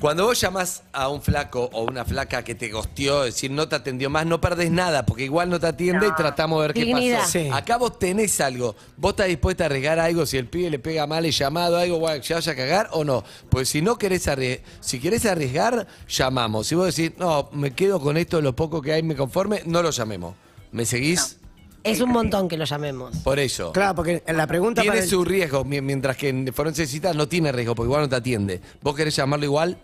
[SPEAKER 3] Cuando vos llamás a un flaco o una flaca que te gosteó, es decir, no te atendió más, no perdés nada, porque igual no te atiende y tratamos de ver qué
[SPEAKER 6] Dignidad.
[SPEAKER 3] pasó.
[SPEAKER 4] Sí.
[SPEAKER 3] Acá vos tenés algo. ¿Vos estás dispuesta a arriesgar algo si el pibe le pega mal el llamado, algo, guay, se vaya a cagar o no? Pues si no querés arriesgar, si querés arriesgar, llamamos. Si vos decís, no, me quedo con esto, lo poco que hay, me conforme, no lo llamemos. ¿Me seguís?
[SPEAKER 6] Es un montón que lo llamemos.
[SPEAKER 3] Por eso.
[SPEAKER 4] Claro, porque en la pregunta para
[SPEAKER 3] Tiene
[SPEAKER 4] el-
[SPEAKER 3] su riesgo, mi- mientras que en Forense Citas no tiene riesgo, porque igual no te atiende. ¿Vos querés llamarlo igual?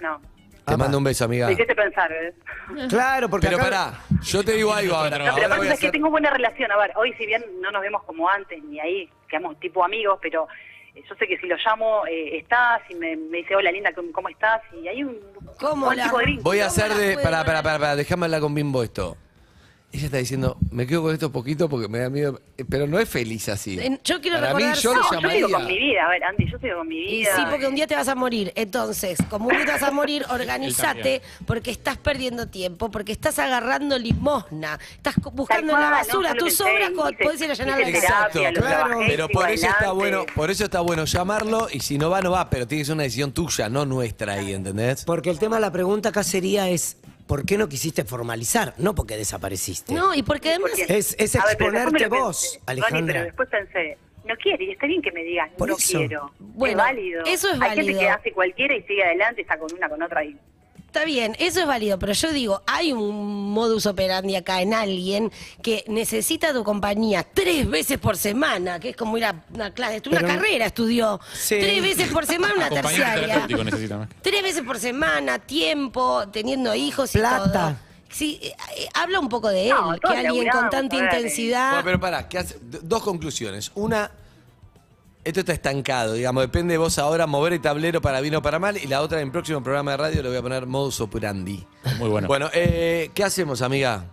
[SPEAKER 8] No.
[SPEAKER 3] Te mando un beso, amiga.
[SPEAKER 8] Me hiciste pensar, ¿ves?
[SPEAKER 4] Claro, porque
[SPEAKER 3] Pero
[SPEAKER 4] acá-
[SPEAKER 3] pará, yo te digo algo ahora.
[SPEAKER 8] No, pero
[SPEAKER 3] ahora voy
[SPEAKER 8] aparte
[SPEAKER 3] a
[SPEAKER 8] es que
[SPEAKER 3] hacer-
[SPEAKER 8] tengo buena relación. A ver, hoy si bien no nos vemos como antes, ni ahí, quedamos tipo amigos, pero eh, yo sé que si lo llamo, eh, está, si me, me dice, hola linda, ¿cómo cómo estás? Y hay un...
[SPEAKER 6] ¿Cómo
[SPEAKER 8] buen
[SPEAKER 6] la-
[SPEAKER 8] tipo de vínculo.
[SPEAKER 3] Voy a hacer
[SPEAKER 6] la
[SPEAKER 3] de...
[SPEAKER 6] puedo
[SPEAKER 3] Pará, pará,
[SPEAKER 6] poner?
[SPEAKER 3] pará, pará, déjame hablar con Bimbo esto. Ella está diciendo, me quedo con esto poquito porque me da miedo. eh, Pero no es feliz así.
[SPEAKER 6] En- yo quiero
[SPEAKER 3] Para mí,
[SPEAKER 6] recordar-
[SPEAKER 3] yo
[SPEAKER 8] No,
[SPEAKER 3] lo
[SPEAKER 8] yo sigo con mi
[SPEAKER 3] llamaría.
[SPEAKER 8] vida. A ver, Andy, yo sigo con mi
[SPEAKER 6] Y
[SPEAKER 8] vida.
[SPEAKER 6] sí, porque un día te vas a morir. Entonces, como un día te vas a morir, organizate porque estás perdiendo tiempo, porque estás agarrando limosna, estás co- buscando en la basura
[SPEAKER 8] tú
[SPEAKER 6] tus obras cuando podés ir a llenar la
[SPEAKER 3] hice
[SPEAKER 6] casa.
[SPEAKER 3] terapia. Exacto, Pero por eso está bueno, por eso está bueno llamarlo y si no va, no va, pero tiene que ser una decisión tuya, no nuestra ahí, ¿entendés?
[SPEAKER 4] Porque el tema de la pregunta acá sería es, ¿por qué no quisiste formalizar? No porque desapareciste.
[SPEAKER 6] No, y porque además.
[SPEAKER 4] Es- es
[SPEAKER 8] eh, A ver, pero
[SPEAKER 4] exponerte
[SPEAKER 8] después me lo
[SPEAKER 4] vos,
[SPEAKER 8] pensé.
[SPEAKER 4] Alejandra.
[SPEAKER 8] Ronnie, pero después pensé, no quiere, y está bien que me digas,
[SPEAKER 4] Por
[SPEAKER 8] no
[SPEAKER 4] eso.
[SPEAKER 8] quiero.
[SPEAKER 6] Bueno,
[SPEAKER 8] es válido.
[SPEAKER 6] eso es
[SPEAKER 8] Hay gente que
[SPEAKER 6] válido.
[SPEAKER 8] hace cualquiera y sigue adelante, está con una, con otra y...
[SPEAKER 6] Está bien, eso es válido, pero yo digo, hay un modus operandi acá en alguien que necesita tu compañía tres veces por semana, que es como ir a una clase, estudió una
[SPEAKER 4] Pero-
[SPEAKER 6] carrera, estudió
[SPEAKER 4] Sí.
[SPEAKER 6] tres veces por semana una
[SPEAKER 5] Acompañante
[SPEAKER 6] terciaria.
[SPEAKER 5] terapéutico necesita más.
[SPEAKER 6] Tres veces por semana, tiempo, teniendo hijos y
[SPEAKER 4] Plata.
[SPEAKER 6] todo. Sí, eh, eh, habla un poco de él,
[SPEAKER 8] No,
[SPEAKER 6] que
[SPEAKER 8] todos
[SPEAKER 6] alguien con
[SPEAKER 8] laburamos,
[SPEAKER 6] tanta
[SPEAKER 8] a ver.
[SPEAKER 6] intensidad.
[SPEAKER 3] Bueno, pero pará, ¿qué hace? D- dos conclusiones. Una, esto está estancado, digamos, depende de vos ahora mover el tablero para bien o para mal. Y la otra, en el próximo programa de radio le voy a poner modus operandi.
[SPEAKER 5] Muy bueno.
[SPEAKER 3] Bueno, eh, ¿qué hacemos, amiga?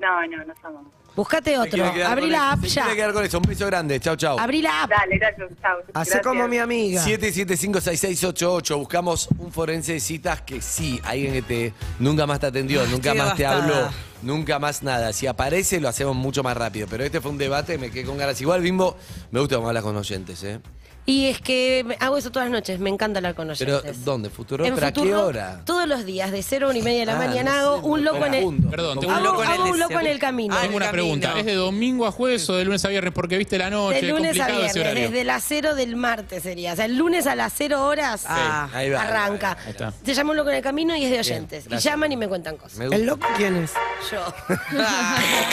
[SPEAKER 8] No, no, no somos.
[SPEAKER 6] Buscate
[SPEAKER 3] Se
[SPEAKER 6] otro,
[SPEAKER 3] quiere quedar
[SPEAKER 6] abrí
[SPEAKER 3] con
[SPEAKER 6] la
[SPEAKER 3] esto,
[SPEAKER 6] app
[SPEAKER 3] se quiere
[SPEAKER 6] ya.
[SPEAKER 3] quedar con eso. Un beso grande. Chau, chau.
[SPEAKER 6] Abrí la app.
[SPEAKER 8] Dale, gracias, chao.
[SPEAKER 4] Hacé
[SPEAKER 8] Gracias.
[SPEAKER 4] como mi amiga.
[SPEAKER 3] 7756688. Buscamos un forense de citas que sí, alguien que te nunca más te
[SPEAKER 6] Ah,
[SPEAKER 3] atendió, nunca
[SPEAKER 2] qué
[SPEAKER 3] más te
[SPEAKER 2] bastada.
[SPEAKER 3] habló, nunca más nada. Si aparece, lo hacemos mucho más rápido. Pero este fue un debate, me quedé con ganas. Igual, Bimbo, me gusta cómo hablas con oyentes, ¿eh?
[SPEAKER 6] Y es que me- hago eso todas las noches, me encanta hablar con
[SPEAKER 3] Pero,
[SPEAKER 6] oyentes.
[SPEAKER 3] ¿dónde? ¿Futuro?
[SPEAKER 6] En
[SPEAKER 3] ¿Pero a qué
[SPEAKER 6] Futurock,
[SPEAKER 3] hora?
[SPEAKER 6] Todos los días, de 0 a 1 y media de la
[SPEAKER 3] Ah,
[SPEAKER 6] mañana,
[SPEAKER 3] no
[SPEAKER 6] hago
[SPEAKER 3] sé,
[SPEAKER 6] un
[SPEAKER 3] me
[SPEAKER 6] loco en el...
[SPEAKER 3] confundo.
[SPEAKER 5] Perdón, tengo
[SPEAKER 6] Hago,
[SPEAKER 5] un loco en
[SPEAKER 6] hago
[SPEAKER 2] el
[SPEAKER 6] un loco en
[SPEAKER 2] deseo.
[SPEAKER 6] el camino.
[SPEAKER 2] Ah,
[SPEAKER 5] Tengo una
[SPEAKER 2] camino.
[SPEAKER 5] pregunta. ¿Es de domingo a jueves o de lunes a viernes? Porque viste la noche,
[SPEAKER 6] de lunes a
[SPEAKER 5] complicado ese
[SPEAKER 6] viernes,
[SPEAKER 5] horario.
[SPEAKER 6] desde las 0 del martes sería. O sea, el lunes a las 0 horas
[SPEAKER 2] Ah,
[SPEAKER 3] ahí va,
[SPEAKER 6] arranca.
[SPEAKER 3] ahí
[SPEAKER 5] va, ahí va.
[SPEAKER 6] Se llama un loco en el camino y es de oyentes. y
[SPEAKER 3] gracias.
[SPEAKER 6] llaman y me cuentan cosas.
[SPEAKER 3] Me gusta.
[SPEAKER 4] ¿El loco quién es?
[SPEAKER 6] Yo.